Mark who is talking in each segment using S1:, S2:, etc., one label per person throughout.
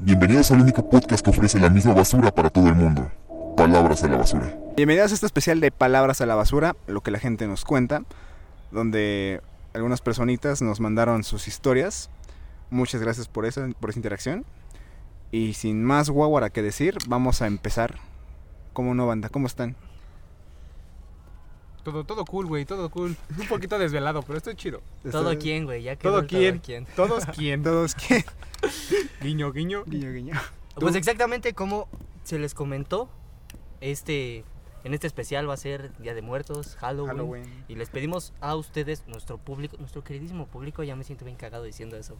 S1: Bienvenidos al único podcast que ofrece la misma basura para todo el mundo. Palabras a la basura.
S2: Bienvenidos a este especial de Palabras a la Basura, lo que la gente nos cuenta, donde algunas personitas nos mandaron sus historias. Muchas gracias por eso, por esa interacción. Y sin más guaguara que decir, vamos a empezar. ¿Cómo no, banda? ¿Cómo están?
S3: Todo, todo cool, güey, todo cool. Un poquito desvelado, pero estoy chido.
S4: Todo
S2: Estoy-
S4: quién, güey, ya que
S3: Todo quién. Todos quién.
S2: Este, ¿Todos quién?
S3: Guiño, guiño.
S2: Guiño, guiño.
S4: Pues exactamente como se les comentó, este en este especial va a ser Día de Muertos, Halloween,
S2: Halloween.
S4: y les pedimos a ustedes, nuestro público, nuestro queridísimo público, ya me siento bien cagado diciendo eso.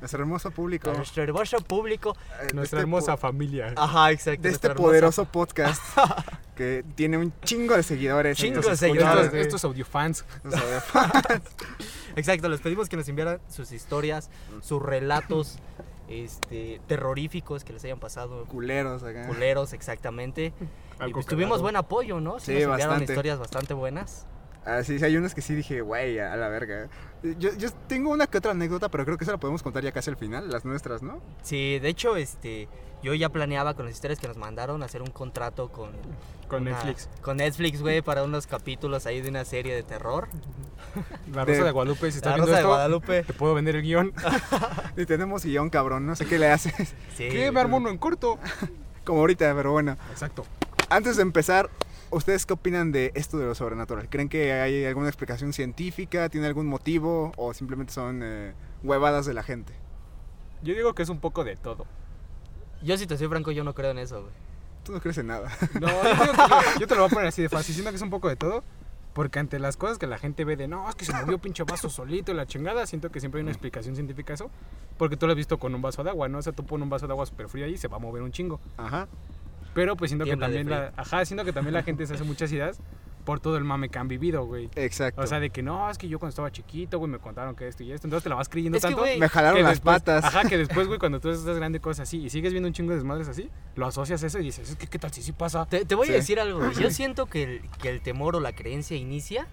S2: Nuestro hermoso público.
S4: A nuestro hermoso público.
S2: eh,
S3: Nuestra
S2: de este
S3: hermosa
S2: po-
S3: familia.
S4: Ajá, exacto.
S2: De este
S4: nuestra hermosa-
S2: poderoso podcast que tiene un chingo de seguidores.
S4: Chingo
S2: entonces,
S4: de
S2: cuidado,
S3: estos,
S4: seguidores,
S2: güey.
S3: estos audiofans.
S2: No sabía.
S4: Exacto, les pedimos que nos enviaran sus historias, sus relatos este terroríficos que les hayan pasado,
S2: Culeros acá.
S4: culeros exactamente. Y
S3: Algo
S4: pues
S3: cagado.
S4: tuvimos buen apoyo, ¿no?
S2: Sí,
S4: nos enviaron
S2: bastante.
S4: historias bastante buenas.
S2: Ah, sí, sí, hay unas que sí dije, güey, a la verga. Yo, yo tengo una que otra anécdota, pero creo que esa la podemos contar ya casi al final, las nuestras, ¿no?
S4: Sí, de hecho, este, yo ya planeaba con las historias que nos mandaron hacer un contrato con...
S3: Con
S4: una-
S3: Netflix.
S4: Con Netflix, güey, para unos capítulos ahí de una serie de terror.
S3: La Rosa
S2: de-
S3: de Guadalupe, si
S4: La
S3: estás viendo
S4: Rosa de
S3: esto,
S4: Guadalupe.
S3: te puedo vender el guión.
S2: Y tenemos guión, cabrón, no sé qué le haces.
S4: Sí.
S3: ¿Qué? Me armo uno en corto.
S2: Como ahorita, pero bueno.
S3: Exacto.
S2: Antes de empezar, ¿ustedes qué opinan de esto de lo sobrenatural? ¿Creen que hay alguna explicación científica? ¿Tiene algún motivo? ¿O simplemente son eh, huevadas de la gente?
S3: Yo digo que es un poco de todo.
S4: Yo, si te soy franco, yo no creo en eso, güey.
S2: Tú no crees en nada.
S3: No, yo, digo que- yo te lo voy a poner así de fácil. Siento que es un poco de todo. Porque ante las cosas que la gente ve de no, es que se movió pinche vaso solito y la chingada, siento que siempre
S4: Mm.
S3: hay una explicación científica a eso. Porque tú lo has visto con un vaso de agua, ¿no? O sea, tú pones un vaso de agua súper frío ahí y se va a mover un chingo.
S2: Ajá.
S3: Pero pues siento que
S4: Tiembla de
S3: también la, ajá, siento que también la gente se hace muchas ideas por todo el mame que han vivido, güey.
S2: Exacto.
S3: O sea, de que no, es que yo cuando estaba chiquito, güey, me contaron que esto y esto, entonces te la vas creyendo
S4: Es que,
S3: tanto.
S4: güey,
S2: Me jalaron
S3: que
S2: las
S3: después-
S2: patas.
S3: Ajá, que después, güey, cuando tú estás grande y cosas así y sigues viendo un chingo de desmadres así, lo asocias a eso y dices, es que qué tal si sí pasa.
S4: Te, te voy
S2: Sí.
S4: a decir algo, güey. Yo siento que el, que el temor o la creencia inicia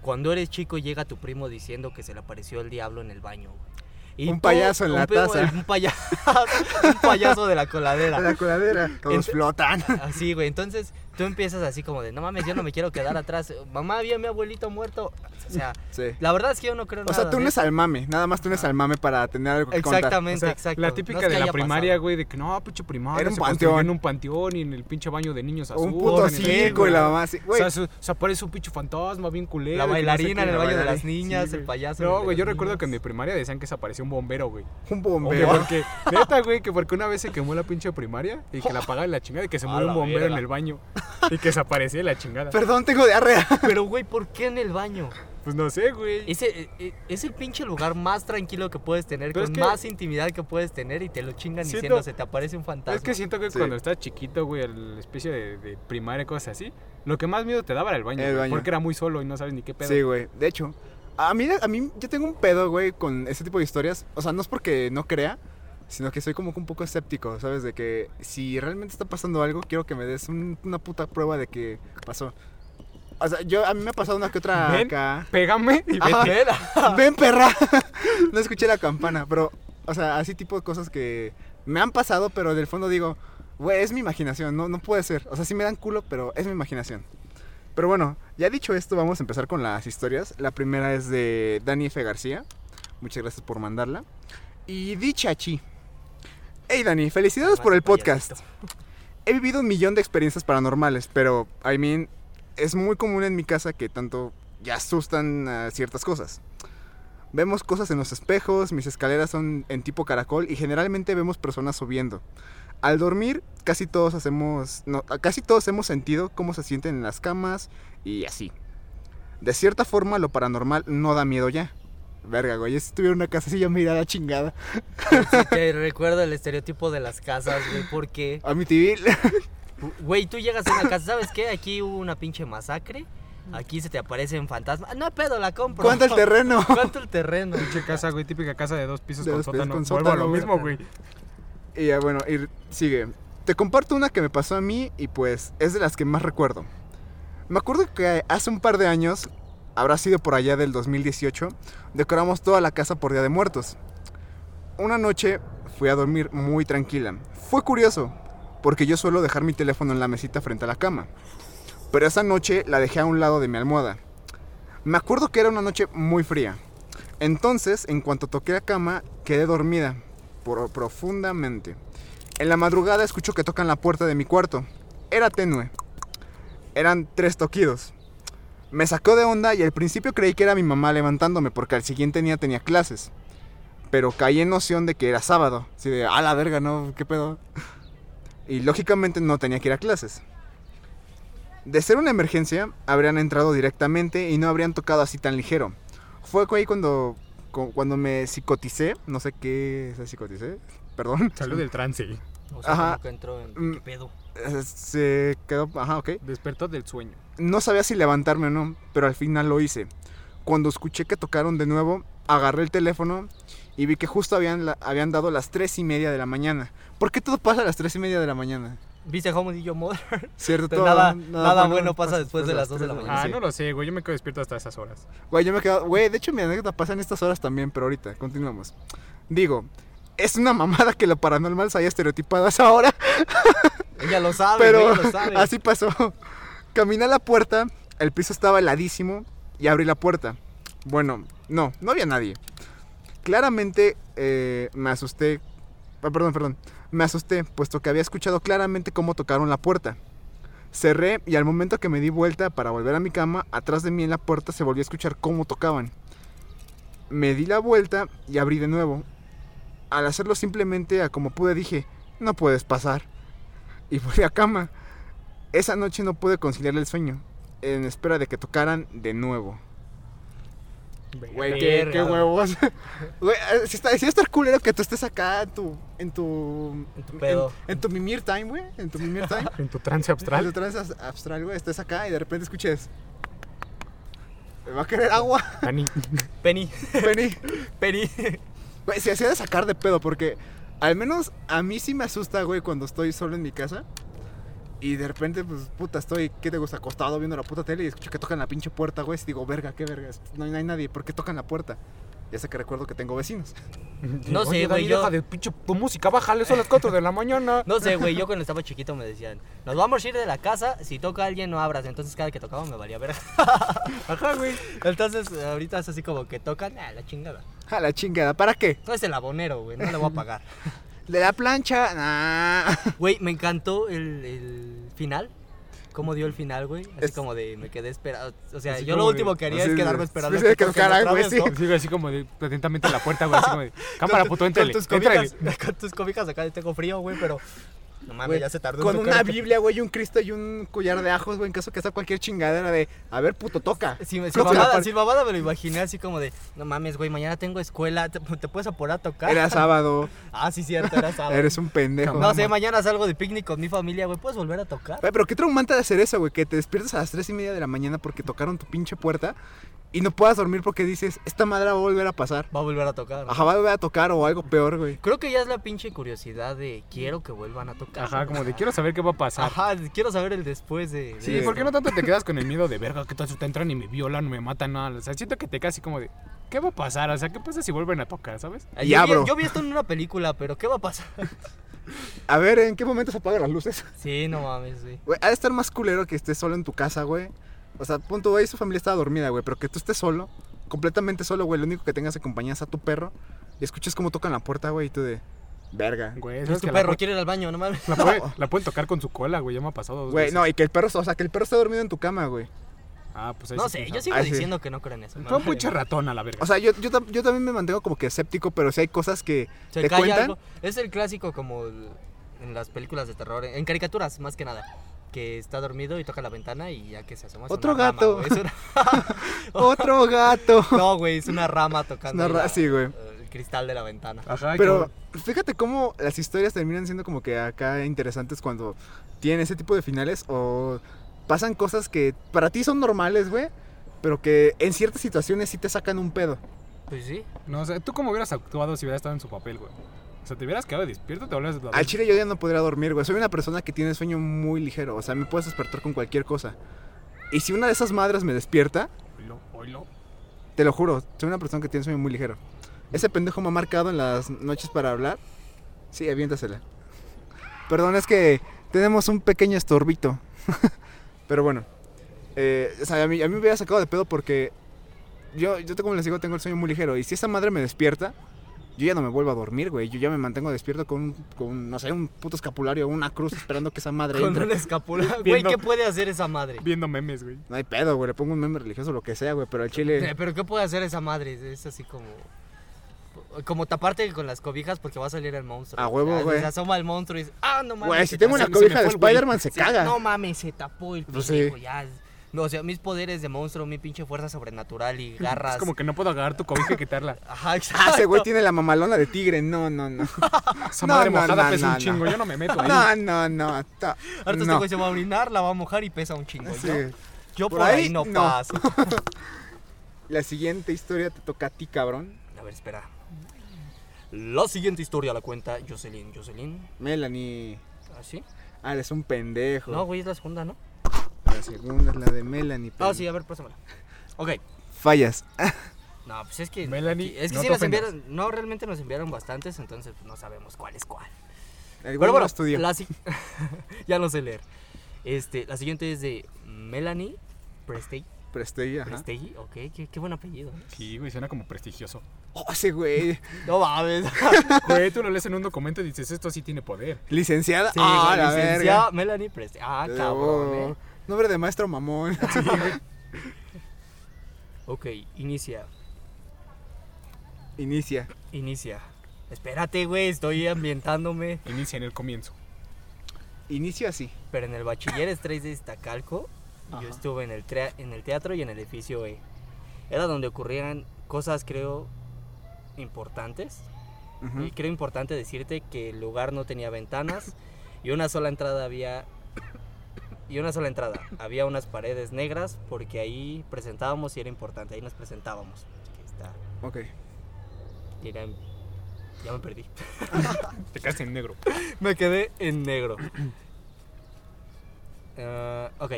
S4: cuando eres chico y llega tu primo diciendo que se le apareció el diablo en el baño, güey. Y
S2: Un
S4: tú-
S2: payaso en la
S4: primo-
S2: taza.
S4: Un payaso, un payaso de la coladera.
S2: la coladera. Todos
S4: Ent-
S2: flotan.
S4: Así, güey. Entonces tú empiezas así como de, no mames, yo no me quiero quedar atrás. Mamá, vi a mi abuelito muerto. O sea,
S2: Sí.
S4: la verdad es que yo no creo en
S2: O
S4: nada.
S2: sea, tú
S4: de
S2: no es al mame. Nada más tú no es al mame para tener algo que contar.
S4: Exactamente,
S3: O sea,
S4: exacto.
S3: La
S4: No
S3: típica
S4: es que
S3: de la
S4: haya
S3: primaria,
S4: pasado.
S3: güey, de que no, pinche primaria.
S2: Era un
S3: se construyó
S2: panteón.
S3: En un panteón y en el pinche baño de niños
S2: O
S3: azules.
S2: un puto
S3: en el-
S2: circo y la mamá así.
S3: O
S2: Güey,
S3: sea, se, se aparece un pinche fantasma bien culero.
S4: La
S3: que no sé
S4: bailarina en
S3: qué,
S4: el
S3: la
S4: baño de las
S3: bailarina.
S4: niñas,
S3: Sí,
S4: el
S3: güey.
S4: payaso. en el
S3: No,
S4: de
S3: güey, yo
S4: los
S3: recuerdo
S4: niños.
S3: que en mi primaria decían que se apareció un bombero, güey.
S2: un
S3: O que
S2: bombero.
S3: Porque, neta, güey, que porque una vez se quemó la pinche primaria y que la apagaron la chingada y que se
S4: A
S3: murió
S4: la
S3: un bombero
S4: verga.
S3: en el baño y que desapareció la chingada.
S2: Perdón, tengo diarrea.
S4: Pero, güey, ¿por qué en el baño?
S3: Pues no sé, güey.
S4: Ese, eh, eh, es el pinche lugar más tranquilo que puedes tener,
S3: Pero
S4: con
S3: es que-
S4: más intimidad que puedes tener y te lo chingan
S3: Siento-
S4: diciendo se te aparece un fantasma.
S3: Es que siento que
S2: Sí.
S3: cuando estás chiquito, güey, la especie de, de primaria y cosas así, lo que más miedo te daba era el baño,
S2: El
S3: güey,
S2: baño.
S3: porque era muy solo y no sabes ni qué pedo.
S2: Sí, güey. De hecho, a mí, a mí yo tengo un pedo, güey, con ese tipo de historias. O sea, no es porque no crea, sino que soy como que un poco escéptico, ¿sabes? De que si realmente está pasando algo, quiero que me des un- una puta prueba de que pasó. O sea, yo, a mí me ha pasado una que otra
S3: Ven.
S2: acá.
S3: Pégame y
S2: Ajá.
S3: vete.
S2: ¡Ven, perra! no escuché la campana, pero, o sea, así tipo de cosas que me han pasado, pero del fondo digo, güey, es mi imaginación, no, no puede ser. O sea, sí me dan culo, pero es mi imaginación. Pero bueno, ya dicho esto, vamos a empezar con las historias. La primera es de Dani F. García. Muchas gracias por mandarla. Y Dichachi. Hey Dani, felicidades
S4: Además,
S2: por el
S4: el payasito.
S2: podcast. He vivido un millón de experiencias paranormales, pero, I mean, es muy común en mi casa que tanto ya asustan a ciertas cosas. Vemos cosas en los espejos, mis escaleras son en tipo caracol y generalmente vemos personas subiendo. Al dormir, casi todos hacemos, no, casi todos hemos sentido cómo se sienten en las camas y así. De cierta forma, lo paranormal no da miedo ya. Verga, güey, yo si tuviera una casa así, yo me iría a la chingada.
S4: Te recuerdo el estereotipo de las casas, güey, porque,
S2: A mi TV.
S4: güey, tú llegas a una casa, ¿sabes qué? Aquí hubo una pinche masacre, aquí se te aparecen fantasmas. No hay pedo, la compro.
S2: ¿Cuánto el terreno?
S4: ¿Cuánto el terreno?
S3: Pinche casa, güey, típica casa de dos pisos
S2: De
S3: con
S2: dos pisos
S3: sótano.
S2: con
S3: Vuelvo a
S2: sótano,
S3: lo
S2: güey.
S3: mismo, güey.
S2: Y ya, bueno, y sigue. Te comparto una que me pasó a mí y pues es de las que más recuerdo. Me acuerdo que hace un par de años, habrá sido por allá del 2018, decoramos toda la casa por Día de Muertos. Una noche fui a dormir muy tranquila. Fue curioso, porque yo suelo dejar mi teléfono en la mesita frente a la cama. Pero esa noche la dejé a un lado de mi almohada. Me acuerdo que era una noche muy fría. Entonces, en cuanto toqué la cama, quedé dormida pro- profundamente. En la madrugada escucho que tocan la puerta de mi cuarto. Era tenue. Eran tres toquidos. Me sacó de onda y al principio creí que era mi mamá levantándome porque al siguiente día tenía clases. Pero caí en noción de que era sábado. Así de, a la verga, ¿no? ¿Qué pedo? Y lógicamente no tenía que ir a clases. De ser una emergencia, habrían entrado directamente y no habrían tocado así tan ligero. Fue ahí cuando, cu- cuando me psicoticé, no sé qué se psicoticé, perdón.
S3: Salió del trance.
S4: O sea,
S2: Ajá.
S4: como que entró en
S2: Mm.
S4: qué pedo.
S2: Eh, Se quedó, ajá, ok.
S3: Despertó del sueño.
S2: No sabía si levantarme o no, pero al final lo hice. Cuando escuché que tocaron de nuevo, agarré el teléfono y vi que justo habían, la- habían dado las tres y media de la mañana. ¿Por qué todo pasa a las tres y media de la mañana?
S4: ¿Viste Home Did Your Mother?
S2: ¿Cierto?
S4: Pero nada- nada bueno pasa después de las dos de la
S2: tres
S4: mañana.
S3: Ah,
S2: sí.
S3: no lo sé, güey. Yo me quedo despierto hasta esas horas.
S2: Güey, yo me he quedado. Güey, de hecho, mi anécdota pasa en estas horas también, pero ahorita, continuamos. Digo, es una mamada que lo paranormal se haya estereotipado a esa hora,
S4: Ella lo sabe,
S2: pero
S4: ella lo sabe.
S2: así pasó. Caminé a la puerta, el piso estaba heladísimo y abrí la puerta. Bueno, no, no había nadie. Claramente eh, me asusté. ah, Perdón, perdón. Me asusté, puesto que había escuchado claramente cómo tocaron la puerta. Cerré y al momento que me di vuelta para volver a mi cama, atrás de mí en la puerta se volvió a escuchar cómo tocaban. Me di la vuelta y abrí de nuevo. Al hacerlo simplemente a como pude dije, no puedes pasar. Y volví a cama. Esa noche no pude conciliar el sueño, en espera de que tocaran de nuevo. Güey, qué,
S4: Verga.
S2: qué huevos. Güey, eh, si está, si estar culero que tú estés acá en tu. En tu.
S4: En tu pedo.
S2: En, en tu mimir time, güey. En tu mimir time.
S3: En tu
S2: En
S3: trance abstral.
S2: tu trance abs- abstral, güey. Estés acá y de repente escuches. Me va a querer agua,
S3: Ani.
S4: Penny,
S2: Penny.
S4: Penny.
S2: Güey, se hacía de sacar de pedo porque al menos a mí sí me asusta, güey, cuando estoy solo en mi casa. Y de repente, pues, puta, estoy, ¿qué te gusta? Acostado viendo la puta tele y escucho que tocan la pinche puerta, güey. Y digo, verga, qué verga. No hay, no hay nadie. ¿Por qué tocan la puerta? Ya sé que recuerdo que tengo vecinos.
S4: No sé,
S3: Oye,
S4: güey,
S3: Dani,
S4: yo-
S3: deja de pinche tu música, bájale, son las 4 de la mañana.
S4: No sé, güey, yo cuando estaba chiquito me decían, nos vamos a ir de la casa, si toca alguien no abras. Entonces cada que tocaba me valía ver. Ajá, güey. Entonces ahorita es así como que tocan, ah, la chingada.
S2: A la chingada, ¿para qué?
S4: No es el abonero, güey, no le voy a pagar.
S2: ¿De la plancha? Nah.
S4: Güey, me encantó el, el final. ¿Cómo dio el final, güey? Así
S2: Es-
S4: como de me quedé esperado. O sea,
S3: Así
S4: yo lo
S3: como de-
S4: último que haría
S2: así
S4: es
S2: de-
S4: quedarme esperando.
S2: así de
S4: que toquen
S2: caray,
S4: otra
S2: güey,
S4: vez,
S2: sí.
S4: ¿no?
S3: Sigo así como de, atentamente a la puerta, güey, así como de, cámara, Ah, puto,
S4: Con
S3: éntrale,
S4: tus
S3: éntrale.
S4: cobijas, con tus cobijas acá tengo frío, güey, pero no mames,
S2: Güey,
S4: ya se tardó en
S2: Con
S4: tocar
S2: una
S4: este-
S2: Biblia, güey, un Cristo y un collar de ajos, güey, en caso que sea cualquier chingadera de, a ver, puto, toca.
S4: Si, si,
S2: Toca la
S4: babada,
S2: puerta.
S4: si babada me lo imaginé así como de, no mames, güey, mañana tengo escuela, ¿te, te puedes apurar a tocar?
S2: Era sábado,
S4: Ah, sí, cierto, era sábado.
S2: eres un pendejo.
S4: No sé, mañana salgo de picnic con mi familia, güey, ¿puedes volver a tocar?
S2: Güey, pero qué traumante de hacer eso, güey. Que te despiertes a las 3 y media de la mañana porque tocaron tu pinche puerta y no puedas dormir porque dices, esta madre va a volver a pasar.
S4: Va a volver a tocar.
S2: Ajá, va a volver a tocar o algo peor, güey.
S4: Creo que ya es la pinche curiosidad de quiero que vuelvan a tocar.
S3: Ajá, como de, quiero saber qué va a pasar.
S4: Ajá, quiero saber el después de... de
S3: Sí,
S4: esto.
S3: ¿por qué no tanto te quedas con el miedo de verga que tal si te entran y me violan, me matan, nada? O sea, siento que te quedas así como de, ¿qué va a pasar? O sea, ¿qué pasa si vuelven a tocar, sabes?
S4: Ah,
S2: Y
S4: Yo, vi-
S2: abro.
S4: yo vi esto en una película, pero ¿qué va a pasar?
S2: A ver, ¿en qué momento se apagan las luces?
S4: Sí, no mames, güey.
S2: Güey, ha de estar más culero que estés solo en tu casa, güey. O sea, punto, güey, su familia estaba dormida, güey. Pero que tú estés solo, completamente solo, güey. Lo único que tengas acompañado es a tu perro y escuchas cómo tocan la puerta, güey, y tú de, verga.
S3: Güey,
S4: Es
S3: sabes
S4: tu
S3: que la
S4: perro
S3: pu-
S4: quiere ir al baño, no mames.
S3: la, puede- la pueden tocar con su cola, güey, ya me ha pasado dos
S2: Güey,
S3: veces.
S2: no, y que el perro, o sea, que el perro esté dormido en tu cama, güey.
S3: Ah, pues ahí
S4: No
S3: sí
S4: sé,
S3: quién
S4: yo
S3: sabe.
S4: sigo
S2: Ah, sí.
S4: diciendo que no creo en eso. me
S3: Fue un
S4: vale.
S3: pinche ratón a la verga.
S2: O sea, yo, yo, tam- yo también me mantengo como que escéptico, pero si hay cosas que
S4: Se
S2: te
S4: calla
S2: cuentan.
S4: algo. Es el clásico como el- en las películas de terror, en en caricaturas más que nada. Que está dormido y toca la ventana y ya que se asoma. es
S2: Otro
S4: una rama,
S2: gato.
S4: güey, es una-
S2: Otro gato.
S4: no, güey, es una rama tocando.
S2: Una ra-
S4: la-
S2: sí, güey.
S4: El cristal de la ventana.
S3: Ajá,
S2: Pero fíjate cómo las historias terminan siendo como que acá interesantes cuando tienen ese tipo de finales o pasan cosas que para ti son normales, güey, pero que en ciertas situaciones sí te sacan un pedo.
S4: Pues sí.
S3: No, o sea, ¿tú cómo hubieras actuado si hubieras estado en su papel, güey? O sea, ¿te hubieras quedado despierto te hubieras...
S2: Al chile yo ya no podría dormir, güey. Soy una persona que tiene sueño muy ligero, o sea, me puedes despertar con cualquier cosa. Y si una de esas madres me despierta,
S3: Oilo, oilo.
S2: te lo juro, soy una persona que tiene sueño muy ligero. Ese pendejo me ha marcado en las noches para hablar Sí, aviéntasela. Perdón, es que tenemos un pequeño estorbito. Pero bueno. eh, o sea, a mí, a mí me hubiera sacado de pedo porque yo, yo te- como les digo, tengo el sueño muy ligero. Y si esa madre me despierta, yo ya no me vuelvo a dormir, güey. Yo ya me mantengo despierto con, un- con no sé, un puto escapulario, una cruz esperando que esa madre
S4: Con
S2: entre.
S4: una escapula. Güey,
S3: Viendo-
S4: ¿qué puede hacer esa madre?
S3: Viendo memes, güey.
S2: No hay pedo, güey. Le pongo un meme religioso, lo que sea, güey. Pero al
S4: Eh,
S2: chile.
S4: Pero ¿qué puede hacer esa madre? Es así como... Como taparte con las cobijas porque va a salir el monstruo.
S2: A huevo,
S4: O sea,
S2: güey.
S4: Se asoma el monstruo y dice, ah, no mames.
S2: Güey,
S4: se
S2: si tengo
S4: tapó".
S2: una
S3: se me
S2: cobija
S3: fue
S2: de
S3: el güey.
S2: Spider-Man, se
S4: Sí,
S2: caga.
S4: No mames, se tapó el
S2: Pues sí.
S4: pendejo, ya. No, o sea, mis poderes de monstruo, mi pinche fuerza sobrenatural y garras.
S3: Es como que no puedo agarrar tu cobija y quitarla.
S4: Ajá,
S2: Ah,
S4: exacto.
S2: ese güey tiene la mamalona de tigre. No, no, no.
S3: Esa
S2: No,
S3: madre
S2: no,
S3: mojada
S2: no,
S3: pesa
S2: no,
S3: un chingo, yo no me meto ahí.
S2: No, no, no. ta-
S4: Ahorita este
S2: no.
S4: güey se va a orinar, la va a mojar y pesa un chingo.
S2: Sí.
S4: Yo, yo por,
S2: Por ahí,
S4: ahí, no,
S2: no.
S4: paso.
S2: La siguiente historia te toca a ti, cabrón.
S4: A ver, espera. La siguiente historia la cuenta Jocelyn. Jocelyn,
S2: Melanie.
S4: ¿así?
S2: Ah, eres un pendejo.
S4: No, güey, es la segunda, ¿no?
S2: La segunda es la de Melanie.
S4: Ah,
S2: pendejo.
S4: sí, a ver, pásamela. Ok.
S2: Fallas. Ah,
S4: No, pues es que.
S3: Melanie,
S4: es que
S3: no
S4: sí
S3: te
S4: nos
S3: ofendas.
S4: enviaron. No, realmente nos enviaron bastantes, entonces pues, no sabemos cuál es cuál.
S2: El
S4: Pero
S2: bueno,
S4: bueno,
S2: estudió.
S4: la si- ya no sé leer. Este, la siguiente es de Melanie Prestey.
S2: Prestegui, ajá.
S4: Prestey, ok, qué, qué buen apellido. ¿eh?
S3: Sí, güey, suena como prestigioso.
S2: Oh, ese güey.
S4: No mames.
S3: Güey, tú lo lees en un documento y dices, esto sí tiene poder.
S2: Licenciada.
S4: Sí,
S2: ah,
S4: güey,
S2: la
S4: licenciada
S2: verga.
S4: Melanie Prestey. Ah,
S2: Oh,
S4: cabrón, ¿eh?
S2: Nombre de maestro mamón.
S4: Ok, inicia.
S2: Inicia.
S4: Inicia. Espérate, güey, estoy ambientándome.
S3: Inicia en el comienzo.
S2: Inicio así.
S4: Pero en el bachiller estrés de Iztacalco,
S2: Ajá.
S4: yo estuve en el, trea- en el teatro y en el edificio E. Era donde ocurrían cosas, creo, importantes.
S2: Ujú.
S4: Y creo importante decirte que el lugar no tenía ventanas y una sola entrada había. Y una sola entrada. Había unas paredes negras porque ahí presentábamos y era importante. Ahí nos presentábamos. Aquí está.
S2: Ok.
S4: Era en- Ya me perdí.
S3: Te quedas en negro.
S4: Me quedé en negro. Eh, ok.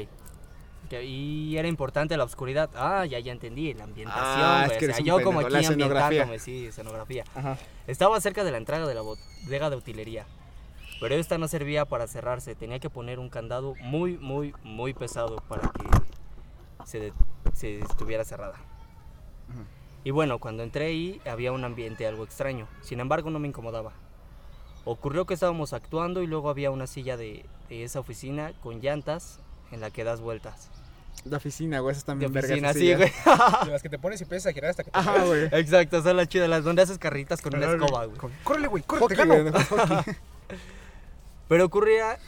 S4: Que- Y era importante la oscuridad. Ah, ya, ya entendí. La ambientación.
S2: Ah, es
S4: güey.
S2: que
S4: O sea,
S2: eres un
S4: yo como
S2: pendejo.
S4: aquí
S2: La escenografía.
S4: ambientándome, sí, escenografía.
S2: Ajá.
S4: Estaba cerca de la entrada de la bodega de utilería. Pero esta no servía para cerrarse. Tenía que poner un candado muy, muy, muy pesado para que se, de- se estuviera cerrada.
S2: Ujú.
S4: Y bueno, cuando entré ahí había un ambiente algo extraño. Sin embargo, no me incomodaba. Ocurrió que estábamos actuando y luego había una silla de, de esa oficina con llantas en la que das vueltas.
S2: La oficina, güey. Esa está
S4: De
S2: bien Ah, verga. esa
S4: oficina, sí,
S2: silla.
S4: güey.
S3: De las que te pones y empiezas a girar hasta que te
S2: Ajá, güey.
S4: Exacto, son las chidas, las donde haces carritas con una
S3: Córrele,
S4: escoba, güey.
S3: con- Córrele, güey, córrele, te
S2: Hockey,
S3: gano.
S2: güey, no, hockey.
S4: Pero ocurría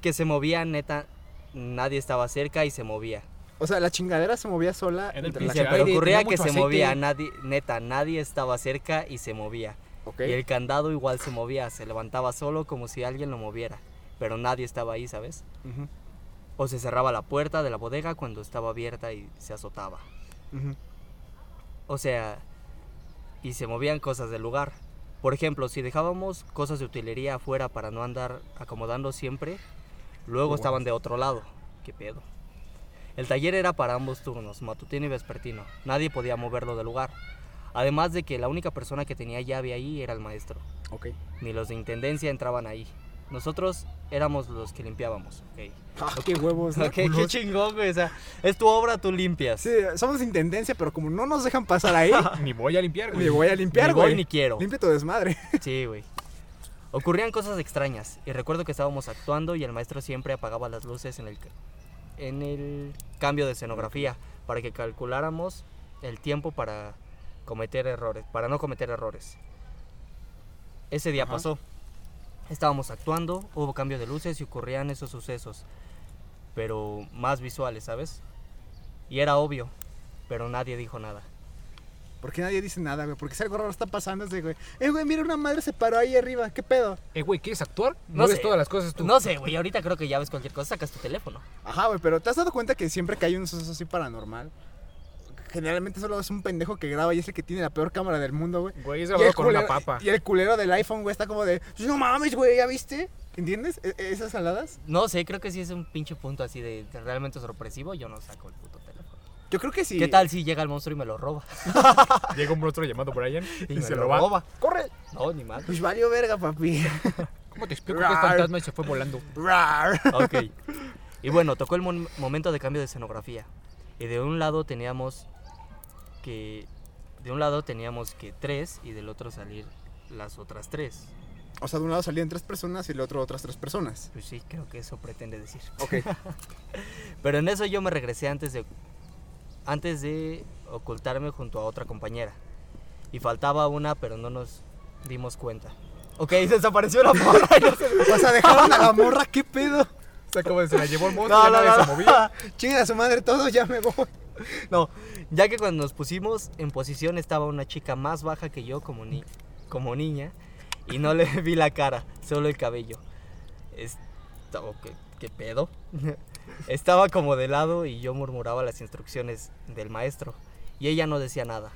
S4: que se movía, neta, nadie estaba cerca y se movía.
S2: O sea, la chingadera se movía sola.
S3: En el
S2: entre la
S3: pinche
S4: Dice,
S3: aire,
S4: pero
S3: tenía
S4: ocurría
S3: mucho
S4: que se
S3: aceite.
S4: movía, nadie, neta, nadie estaba cerca y se movía.
S2: Ok.
S4: Y el candado igual se movía, se levantaba solo como si alguien lo moviera, pero nadie estaba ahí, ¿sabes?
S2: Ujú,
S4: O se cerraba la puerta de la bodega cuando estaba abierta y se azotaba.
S2: ujú.
S4: O sea, y se movían cosas del lugar. Por ejemplo, si dejábamos cosas de utilería afuera para no andar acomodando siempre, luego estaban de otro lado. ¿Qué pedo? El taller era para ambos turnos, matutino y vespertino. Nadie podía moverlo del lugar. Además de que la única persona que tenía llave ahí era el maestro.
S2: Ok.
S4: Ni los de intendencia entraban ahí. Nosotros éramos los que limpiábamos. Ok,
S2: Ah, qué huevos, ¿no?
S4: Ok, qué chingón, güey. O sea, es tu obra, tú limpias.
S2: Sí, somos intendencia, pero como no nos dejan pasar ahí,
S3: Ni voy a limpiar, güey.
S2: le voy a
S4: ni
S2: limpiar,
S4: voy
S2: güey.
S4: ni quiero.
S2: Limpia tu desmadre.
S4: Sí, güey. Ocurrían cosas extrañas y recuerdo que estábamos actuando y el maestro siempre apagaba las luces en el, ca- en el cambio de escenografía para que calculáramos el tiempo para cometer errores, para no cometer errores. Ese día
S2: Ajá.
S4: pasó. Estábamos actuando, hubo cambio de luces y ocurrían esos sucesos, pero más visuales, ¿sabes? Y era obvio, pero nadie dijo nada.
S2: Porque nadie dice nada, güey. Porque si algo raro está pasando, es de, güey. Eh, güey, mira, una madre se paró ahí arriba. ¿Qué pedo?
S3: Eh, güey, ¿quieres actuar?
S4: No
S3: No ves
S4: sé.
S3: todas las cosas tú.
S4: No sé, güey, ahorita creo que ya ves cualquier cosa, sacas tu teléfono.
S2: Ajá, güey, pero ¿te has dado cuenta que siempre que hay un suceso así paranormal? Generalmente solo es un pendejo que graba y es el que tiene la peor cámara del mundo, güey.
S3: Güey, es
S2: Y el,
S3: grabado con
S2: culero,
S3: una papa.
S2: y el culero del iPhone, güey, está como de, no mames, güey, ¿ya viste? ¿Entiendes? E- esas saladas.
S4: No sé, creo que sí es un pinche punto así de, de realmente sorpresivo. Yo no saco el puto teléfono.
S2: Yo creo que sí.
S4: ¿Qué tal si llega el monstruo y me lo roba?
S3: Llega un monstruo llamado Brian
S4: Y,
S3: y,
S4: me
S3: se
S4: lo,
S3: lo va.
S4: roba.
S2: ¡Corre!
S4: No, ni mal.
S2: Pues valió verga, papi.
S3: ¿Cómo te explico que es fantasma y se fue volando?
S2: Rar.
S4: Ok. Y bueno, tocó el mon- momento de cambio de escenografía. Y de un lado teníamos que. De un lado teníamos que tres y del otro salir las otras tres.
S2: O sea, de un lado salían tres personas y del otro otras tres personas.
S4: Pues sí, creo que eso pretende decir.
S2: Ok.
S4: Pero en eso yo me regresé antes de. Antes de ocultarme junto a otra compañera. Y faltaba una, pero no nos dimos cuenta. Ok, desapareció la morra. y no se-
S2: o sea, dejaron a la morra, ¿qué pedo?
S3: Se acabó de se la llevó el monstruo,
S4: No,
S3: ya
S4: no,
S3: nadie
S4: no,
S3: se
S4: no.
S3: movía.
S2: Chinga a su madre todo, ya me voy.
S4: No, ya que cuando nos pusimos en posición estaba una chica más baja que yo como, ni como niña y no le vi la cara, solo el cabello. Esta- o ¿qué, qué pedo? Estaba como de lado y yo murmuraba las instrucciones del maestro y ella no decía nada.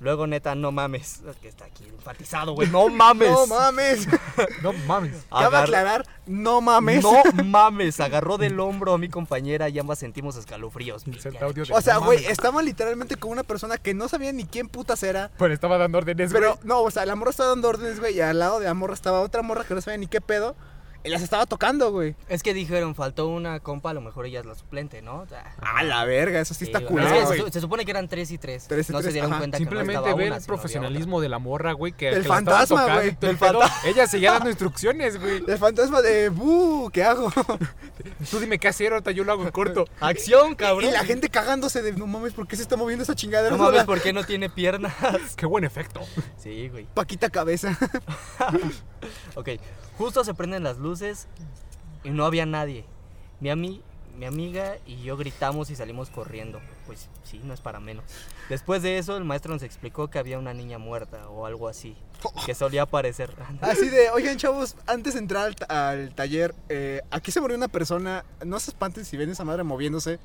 S4: Luego, neta, no mames. Es que está aquí enfatizado, güey. No mames.
S2: No mames.
S3: No mames.
S2: Cabe
S4: Agar-
S2: aclarar, no mames.
S4: No mames. Agarró del hombro a mi compañera y ambas sentimos escalofríos.
S3: Es el audio de
S2: O sea,
S3: no
S2: güey,
S3: mames.
S2: estaban literalmente con una persona que no sabía ni quién putas era.
S3: Pero estaba dando órdenes,
S2: Pero,
S3: Pues, güey.
S2: no, o sea, la morra estaba dando órdenes, güey, y al lado de la morra estaba otra morra que no sabía ni qué pedo. Y las estaba tocando, güey.
S4: Es que dijeron, faltó una compa, a lo mejor ella es la suplente, ¿no? O sea,
S2: A la verga, eso sí está
S4: Sí,
S2: culero,
S4: es que se
S2: güey.
S4: su- se, supone que eran 3 y 3.
S2: Tres y
S4: no
S2: tres,
S4: se dieron
S2: ajá.
S4: cuenta que no
S3: Simplemente
S4: estaba
S3: ve
S4: una,
S3: el
S4: sino había otra.
S3: profesionalismo de la morra, güey, que,
S2: Del
S3: que la estaba
S2: fantasma,
S3: tocando
S2: güey.
S3: y todo el
S4: Del
S3: pedo.
S4: fantasma.
S3: Ella seguía dando instrucciones, güey.
S2: El fantasma de, buh, ¿qué hago?
S3: Tú dime qué hacer, ahorita yo lo hago en corto.
S4: Acción, cabrón.
S2: Y la gente cagándose de, no mames, ¿por qué se está moviendo esa chingadera?
S4: No mames, ¿por qué no tiene piernas?
S3: Qué buen efecto.
S4: Sí, güey.
S2: Paquita cabeza.
S4: Ok. Justo se prenden las luces y no había nadie. Mi, ami- mi amiga y yo gritamos y salimos corriendo. Pues sí, no es para menos. Después de eso, el maestro nos explicó que había una niña muerta o algo así. Que solía aparecer.
S2: Así de, oigan, chavos, antes de entrar al, ta- al taller, eh, aquí se murió una persona. No se espanten si ven esa madre moviéndose.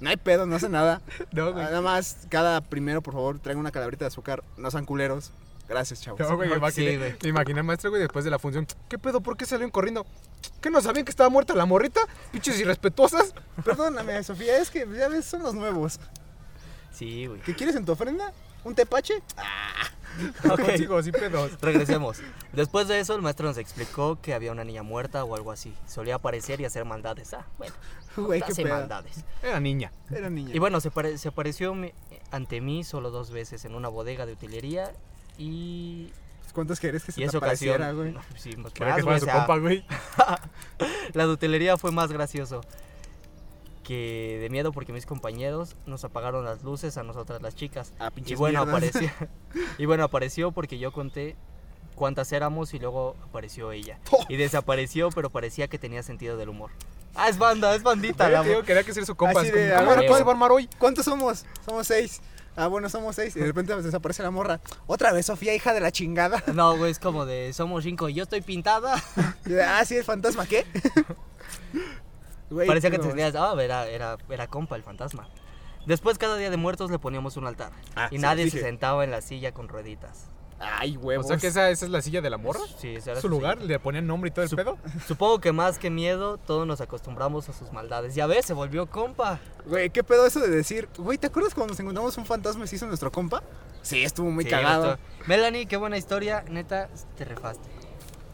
S2: No hay pedo, no hace nada.
S3: No, güey.
S2: Nada más, cada primero, por favor, traigan una calabrita de azúcar. No sean culeros. Gracias, chavos.
S3: No, güey,
S4: Sí,
S3: me imaginé,
S4: güey.
S3: me imaginé al maestro, güey, después de la función. ¿Qué pedo? ¿Por qué salieron corriendo? ¿Qué no sabían que estaba muerta la morrita? Pinches irrespetuosas.
S2: Perdóname, Sofía, es que ya ves, son los nuevos.
S4: Sí, güey.
S2: ¿Qué quieres en tu ofrenda? ¿Un tepache?
S3: No
S4: Ok.
S3: Consigo, sin pedos.
S4: Regresemos. Después de eso, el maestro nos explicó que había una niña muerta o algo así. Solía aparecer y hacer maldades. Ah, bueno,
S2: Güey, qué
S4: hace
S2: pedo.
S4: maldades.
S3: Era niña.
S2: Era niña.
S4: Y bueno, se, pare- se apareció mi- ante mí solo dos veces en una bodega de utilería y,
S2: ¿Cuántos querés que se
S4: y
S2: te
S4: esa ocasión.
S2: apareciera, güey?
S4: No, sí, más
S3: Quería
S4: más,
S3: que fuera
S4: güey,
S3: su
S4: o sea,
S3: compa, güey.
S4: la de utilería fue más gracioso que de miedo porque mis compañeros nos apagaron las luces a nosotras las chicas.
S2: Ah,
S4: Y
S2: pinches
S4: bueno,
S2: mierdas.
S4: apareció, y bueno, apareció porque yo conté cuántas éramos y luego apareció ella. Y desapareció, pero parecía que tenía sentido del humor. Ah, es banda, es bandita.
S3: Yo
S4: la
S3: te digo, quería que ser su compa.
S2: Así
S3: Es como,
S2: de,
S3: ¿cómo
S2: a
S4: ver,
S3: era? ¿Cuál se va a armar hoy?
S2: ¿Cuántos somos? Somos seis. Ah, bueno, somos seis. Y de repente desaparece la morra. Otra vez, Sofía, hija de la chingada.
S4: mo- No, güey, es como de somos cinco y yo estoy pintada.
S2: Y de, ah, sí, el fantasma, ¿qué? Güey,
S4: Parecía que
S2: no,
S4: te sentías, ah, era, era, era compa el fantasma. Después, cada día de muertos le poníamos un altar.
S2: Ah,
S4: y
S2: sí,
S4: nadie
S2: dije.
S4: se sentaba en la silla con rueditas.
S2: Ay,
S3: O
S2: huevos.
S3: sea que esa, esa es la silla de la morra.
S4: Sí, ese era
S3: Su lugar,
S4: silla.
S3: le ponían nombre y todo el
S4: Su-
S3: pedo.
S4: Supongo que más que miedo, todos nos acostumbramos a sus maldades. Ya ves, se volvió compa.
S2: Güey, ¿qué pedo eso de decir? Güey, ¿te acuerdas cuando nos encontramos un fantasma y se hizo nuestro compa? Sí, estuvo muy
S4: Sí,
S2: cagado.
S4: vato. Melanie, qué buena historia. Neta, te refaste.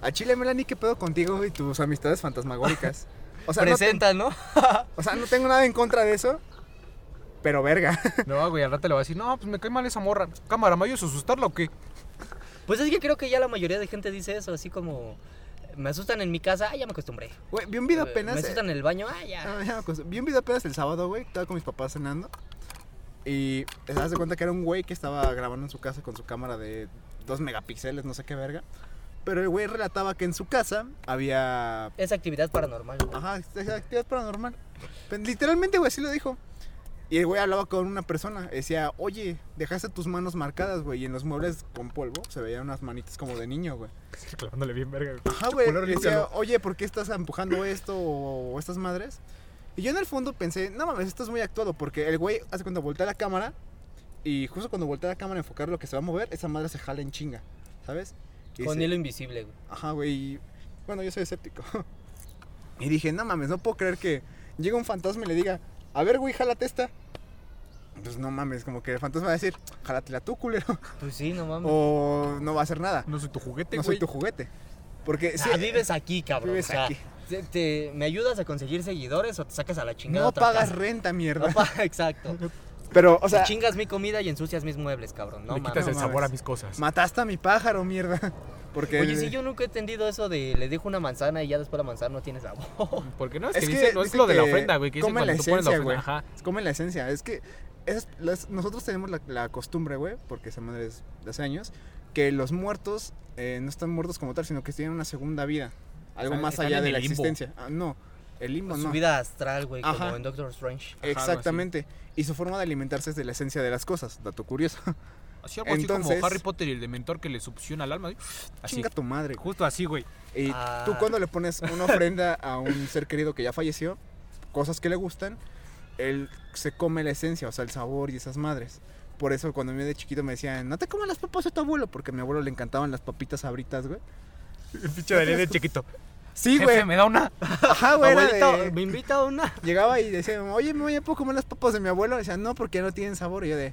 S2: A Chile, Melanie, ¿qué pedo contigo y tus amistades fantasmagóricas? O sea, no, te-
S4: Presenta, ¿no?
S2: o sea, no tengo nada en contra de eso, pero verga.
S3: No, güey, al rato le va a decir, no, pues me cae mal esa morra. Cámara, ¿me ayudas a asustarla o qué?
S4: Pues es que creo que ya la mayoría de gente dice eso, así como me asustan en mi casa, ah, ya me acostumbré.
S2: Güey, vi un video
S4: Eh,
S2: apenas.
S4: Me
S2: eh,
S4: asustan en el baño, ah, ya.
S2: Ah, ya me acuerdo. Vi un video apenas el sábado, güey. Estaba con mis papás cenando. Y te das de cuenta que era un güey que estaba grabando en su casa con su cámara de 2 megapíxeles, no sé qué verga. Pero el güey relataba que en su casa había.
S4: Es actividad paranormal. güey.
S2: Ajá, esa actividad paranormal. Pero literalmente, güey, así lo dijo. Y el güey hablaba con una persona. Decía, oye, dejaste tus manos marcadas, güey. Y en los muebles con polvo se veían unas manitas como de niño, güey.
S3: Clavándole bien verga. güey.
S2: Ajá, güey.
S3: Color
S2: decía,
S3: lícalo.
S2: oye, ¿por qué estás empujando esto o, o estas madres? Y yo en el fondo pensé, no mames, esto es muy actuado, porque el güey hace cuando voltea la cámara y justo cuando voltea la cámara a enfocar lo que se va a mover, esa madre se jala en chinga, ¿sabes? Y
S4: Con
S2: dice,
S4: hilo invisible, güey.
S2: Ajá, güey. y- Bueno, yo soy escéptico. Y dije, no mames, no puedo creer que llega un fantasma y le diga, a ver, güey, jálate esta. pues no mames, como que el fantasma va a decir, jálatela tú, culero.
S4: Pues sí, no mames.
S2: Oh, O no va a hacer nada.
S3: No soy tu juguete,
S2: No
S3: güey.
S2: soy tu juguete. Porque
S4: Ah,
S2: sí,
S4: vives aquí, cabrón.
S2: Vives
S4: o sea,
S2: aquí.
S4: te- te- ¿Me ayudas a conseguir seguidores o te sacas a la chingada?
S2: no
S4: otra
S2: pagas
S4: casa?
S2: renta, mierda.
S4: No pa- Exacto.
S2: Pero, o sea,
S4: chingas mi comida y ensucias mis muebles, cabrón. No
S3: Le quitas
S4: mames.
S2: no
S3: el sabor
S2: mames.
S3: a mis cosas.
S2: mataste a mi pájaro, mierda. Porque
S4: Oye,
S2: el-
S4: sí, yo nunca he entendido eso de le dejo una manzana y ya después la manzana no tiene sabor.
S3: Porque no es,
S2: Es
S3: que,
S2: que
S3: dice, no es
S2: dice
S3: lo de la
S2: que
S3: ofrenda, güey. Que dice
S2: comen
S3: cuando
S2: la
S3: tú pones
S2: esencia,
S3: la ofrenda.
S2: güey.
S3: Ajá.
S2: comen la esencia. Es que esas- las- nosotros tenemos la, la costumbre, güey, porque esa madre es de hace años, que los muertos eh, no están muertos como tal, sino que tienen una segunda vida. Algo
S3: Están-
S2: más
S3: están
S2: allá
S3: en
S2: de
S3: el
S2: la
S3: limbo.
S2: existencia. Ah, no, el limbo
S4: Pues Su
S2: no.
S4: vida astral, güey, como
S2: Ajá.
S4: en Doctor Strange.
S3: algo así.
S2: Exactamente. Y su forma de alimentarse es de la esencia de las cosas. Dato curioso.
S3: Así algo así
S2: Entonces-
S3: como Harry Potter y el dementor que le succiona el alma. Así.
S2: Chinga tu madre. güey.
S3: Justo así, güey.
S2: Y
S4: Ah.
S2: tú cuando le pones una ofrenda a un ser querido que ya falleció, cosas que le gustan, él se come la esencia, o sea, el sabor y esas madres. Por eso cuando me de chiquito me decían, no te comas las papas de tu abuelo, porque a mi abuelo le encantaban las papitas abritas, güey.
S3: El pinche de de chiquito.
S2: Sí, güey.
S3: Jefe, me da una.
S2: Ajá, güey. era de-
S4: Abuelito, me invita a una.
S2: Llegaba y decía, oye, mamá, ¿ya puedo comer las papas de mi abuelo? Y decía, no, porque ya no tienen sabor. Y yo de,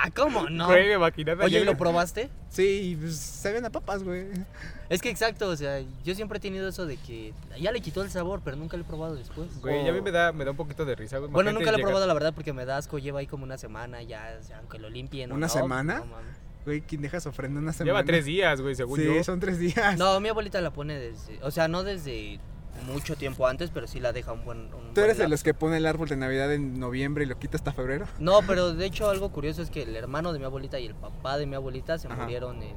S4: Ah, ¿cómo no?
S3: Güey, maquinada.
S4: Oye, ¿y
S3: Llega-
S4: lo probaste?
S2: sí, y, pues, sabían a papas, güey.
S4: Es que exacto, o sea, yo siempre he tenido eso de que ya le quitó el sabor, pero nunca lo he probado después.
S3: Güey,
S2: Oh.
S3: ya a mí me da, me da un poquito de risa, güey.
S4: Bueno,
S3: Imagínate
S4: nunca lo he
S3: llegar-
S4: probado, la verdad, porque me da asco. Lleva ahí como una semana ya, o sea, aunque lo limpien. o
S2: ¿Una
S4: no,
S2: semana?
S4: No, mames.
S2: Güey, ¿quién deja su ofrenda una semana?
S3: Lleva tres días, güey, según
S2: Sí,
S3: yo.
S2: son tres días.
S4: No, mi abuelita la pone desde. O sea, no desde mucho tiempo antes, pero sí la deja un buen. un
S2: ¿Tú
S4: buen
S2: eres de
S4: lapso.
S2: los que pone el árbol de Navidad en noviembre y lo quita hasta febrero?
S4: No, pero de hecho, algo curioso es que el hermano de mi abuelita y el papá de mi abuelita se
S2: Ajá.
S4: murieron en,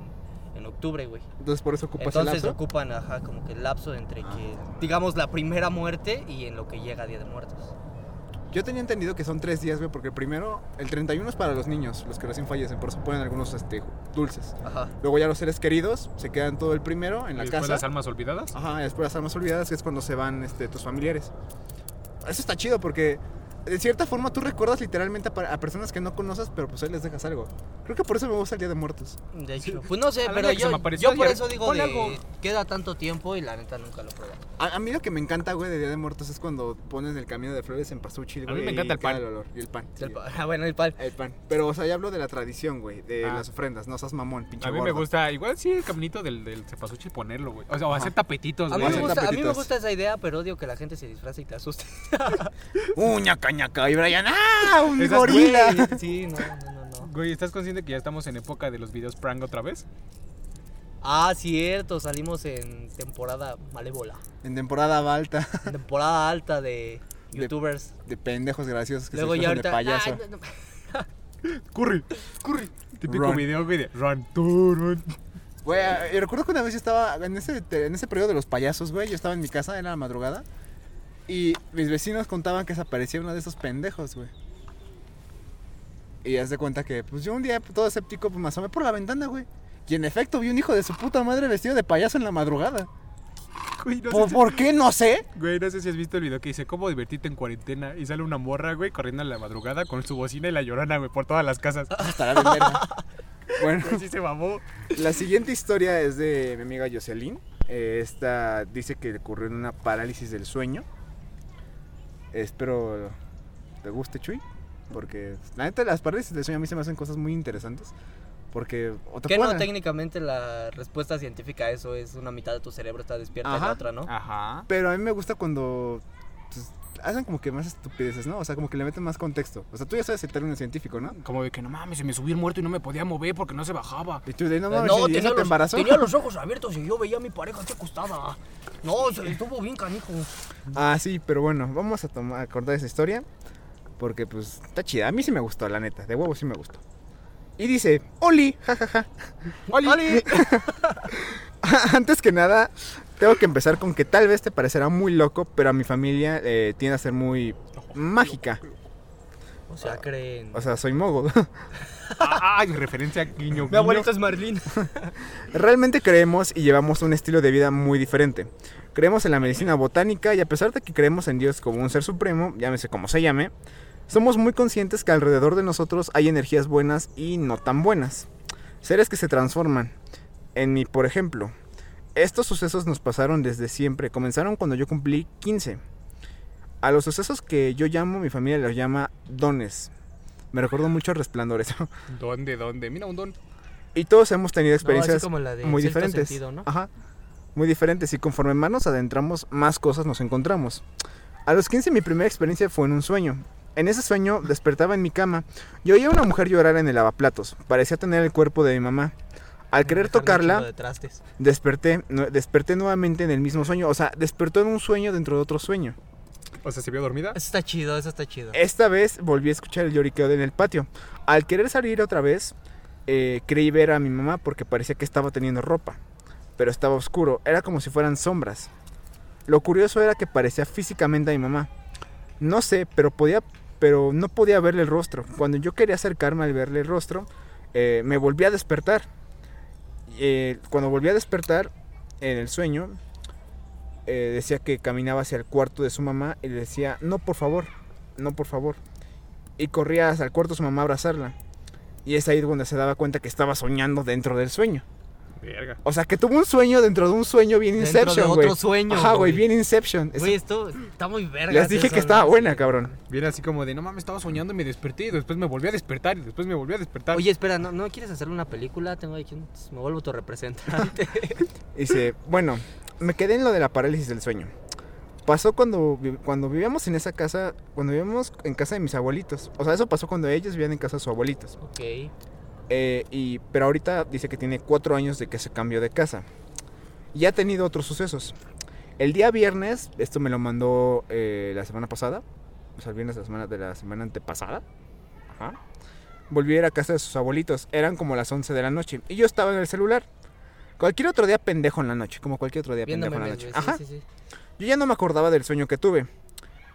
S4: en octubre, güey.
S2: Entonces por eso ocupas el
S4: Entonces
S2: lapso.
S4: ocupan, ajá, como que el lapso entre
S2: Ah.
S4: que, digamos, la primera muerte y en lo que llega Día de Muertos.
S2: Yo tenía entendido que son tres días, güey, porque primero, el 31 es para los niños, los que recién fallecen, por eso ponen algunos este, dulces.
S4: Ajá.
S2: Luego ya los seres queridos se quedan todo el primero en la
S3: Y después
S2: casa.
S3: las almas olvidadas.
S2: Ajá, y después las almas olvidadas, que es cuando se van este, tus familiares. Eso está chido porque de cierta forma tú recuerdas literalmente a, pa- a personas que no conoces, pero pues ahí les dejas algo. Creo que por eso me gusta el Día de Muertos.
S4: De hecho, pues no sé,
S3: A la
S4: pero
S3: neta que se me
S4: yo,
S3: apareció
S4: yo por
S3: ayer.
S4: eso digo
S3: Ponle
S4: de,
S3: algo.
S4: queda tanto tiempo y la neta nunca lo probé.
S2: A, a mí lo que me encanta, güey, de Día de Muertos es cuando pones el camino de flores en pasuchil,
S3: A mí
S2: güey.
S3: me encanta
S2: y
S3: el
S2: queda
S3: pan.
S2: olor. Y el pan. sí.
S4: El pa- Ah, bueno, el pal.
S2: El pan. Pero, o sea, ya hablo de la tradición, güey. De
S3: Ah.
S2: las ofrendas. No seas mamón, pinche
S3: A mí me
S2: gordo.
S3: gusta, igual sí, el caminito del, del cepasuchi ponerlo, güey. O sea, o hacer tapetitos,
S4: A mí,
S3: güey.
S4: me
S2: hacen
S4: gusta, a mí me
S2: tapetitos.
S4: gusta esa idea, pero odio que la gente se disfrace y te asuste.
S2: Uñaca, ñaca. Y Brian, ¡ah! ¡Un
S3: Esas-
S2: gorila!
S4: Güey, Sí, no, no, no, no.
S3: Güey, ¿estás consciente que ya estamos en época de los videos prank otra vez?
S4: Ah, cierto, salimos en temporada malévola.
S2: En temporada alta.
S4: en Temporada alta de
S2: De-
S4: youtubers.
S2: De pendejos graciosos que
S4: Luego
S2: se
S4: ya
S2: disfrazan de
S4: ahorita.
S2: payaso.
S3: ah,
S4: "Ay, Ah, no, no".
S3: Curry, curry. Típico
S2: Run.
S3: video, güey, de run, tú, run.
S2: Güey, yo recuerdo que una vez yo estaba en ese, te- en ese periodo de los payasos, güey. Yo estaba en mi casa, era la madrugada. Y mis vecinos contaban que desaparecía uno de esos pendejos, güey. Y haz de cuenta que, pues yo un día todo escéptico, pues me asomé por la ventana, güey. Y en efecto vi un hijo de su puta madre vestido de payaso en la madrugada.
S3: Güey, no sé
S2: ¿Por,
S3: si-
S2: por qué? No sé.
S3: Güey, no sé si has visto el video que dice cómo divertirte en cuarentena y sale una morra, güey, corriendo en la madrugada con su bocina y la llorona, güey, por todas las casas.
S2: Estará bien verga. Bueno,
S3: Así se mamó.
S2: la siguiente historia es de mi amiga Jocelyn. Eh, esta dice que le ocurrió en una parálisis del sueño. Espero te guste, Chuy. Porque la neta, las parálisis del sueño a mí se me hacen cosas muy interesantes. Porque otra
S4: Que no, técnicamente la respuesta científica a eso es una mitad de tu cerebro está despierta y
S2: Ajá. Ah,
S4: la otra, ¿no?
S3: Ajá.
S2: Pero a mí me gusta cuando pues, hacen como que más estupideces, ¿no? O sea, como que le meten más contexto. O sea, tú ya sabes el término científico, ¿no?
S3: Como de que no mames, se me subió el muerto y no me podía mover porque no se bajaba.
S2: Y tú de no mames, ¿y eso te embarazó.
S4: tenía los ojos abiertos y yo veía a mi pareja aquí acostada. No, se estuvo bien canijo.
S2: Ah, sí, pero bueno, vamos a tomar, a cortar esa historia. Porque pues está chida. A mí sí me gustó, la neta. De huevo sí me gustó. Y dice, Oli, jajaja.
S3: ¡Oli!
S2: Antes que nada, tengo que empezar con que tal vez te parecerá muy loco, pero a mi familia eh, tiende a ser muy mágica.
S4: O sea, creen.
S2: O sea, soy mogo.
S3: ¡Ay! Ah, Referencia a guiño,
S4: mi abuelito es Marlene.
S2: Realmente creemos y llevamos un estilo de vida muy diferente. Creemos en la medicina botánica y a pesar de que creemos en Dios como un ser supremo, llámese como se llame, somos muy conscientes que alrededor de nosotros hay energías buenas y no tan buenas. Seres que se transforman. En mí, por ejemplo. Estos sucesos nos pasaron desde siempre, comenzaron cuando yo cumplí 15. A los sucesos que yo llamo, mi familia los llama dones. Me recuerdo mucho al resplandor eso.
S3: ¿Dónde, dónde? Mira, un don.
S2: Y todos hemos tenido
S4: No, así
S2: experiencias
S4: como la de
S2: muy
S4: Sexto
S2: diferentes.
S4: Sentido, ¿no?
S2: Ajá. Muy diferentes. Y conforme más nos adentramos, más cosas nos encontramos. A los 15 mi primera experiencia fue en un sueño. En ese sueño despertaba en mi cama y oía a una mujer llorar en el lavaplatos. Parecía tener el cuerpo de mi mamá. Al querer
S4: Dejarme un
S2: tocarla,
S4: chingo de trastes.
S2: desperté, nu- desperté nuevamente en el mismo sueño. O sea, despertó en un sueño dentro de otro sueño.
S3: O sea, ¿se vio dormida?
S4: Eso está chido, eso está chido.
S2: Esta vez volví a escuchar el lloriqueo en el patio. Al querer salir otra vez, eh, creí ver a mi mamá porque parecía que estaba teniendo ropa. Pero estaba oscuro, era como si fueran sombras. Lo curioso era que parecía físicamente a mi mamá. No sé, pero podía, pero no podía verle el rostro. Cuando yo quería acercarme al verle el rostro, eh, me volví a despertar. Eh, cuando volví a despertar en el sueño, eh, decía que caminaba hacia el cuarto de su mamá y le decía, no, por favor, no, por favor. Y corría hasta el cuarto de su mamá a abrazarla. Y es ahí donde se daba cuenta que estaba soñando dentro del sueño.
S3: Verga.
S2: O sea, que tuvo un sueño dentro de un sueño bien
S4: Dentro de
S2: Inception,
S4: otro
S2: güey.
S4: sueño,
S2: Ajá, güey,
S4: güey.
S2: bien Inception. Es-
S4: Güey, esto está muy verga.
S2: Les dije que estaba buena, cabrón.
S3: Viene así como de, no mames, estaba soñando y me desperté. Y después me volví a despertar y después me volví a despertar.
S4: Oye, espera, ¿no, ¿no quieres hacer una película? Tengo aquí, un- me vuelvo tu representante.
S2: Dice, bueno, me quedé en lo de la parálisis del sueño. Pasó cuando, vi- cuando vivíamos en esa casa, cuando vivíamos en casa de mis abuelitos. O sea, eso pasó cuando ellos vivían en casa de sus abuelitos.
S4: ok.
S2: Eh, y, pero ahorita dice que tiene cuatro años de que se cambió de casa. Y ha tenido otros sucesos. El día viernes, esto me lo mandó eh, la semana pasada, o sea, el viernes de la semana, de la semana antepasada. Ajá. Volví a ir a casa de sus abuelitos, eran como las 11 de la noche. Y yo estaba en el celular. Cualquier otro día pendejo en la noche, como cualquier otro día
S4: Viendo
S2: pendejo en la
S4: memes,
S2: noche.
S4: güey, sí,
S2: Ajá.
S4: sí, sí.
S2: Yo ya no me acordaba del sueño que tuve.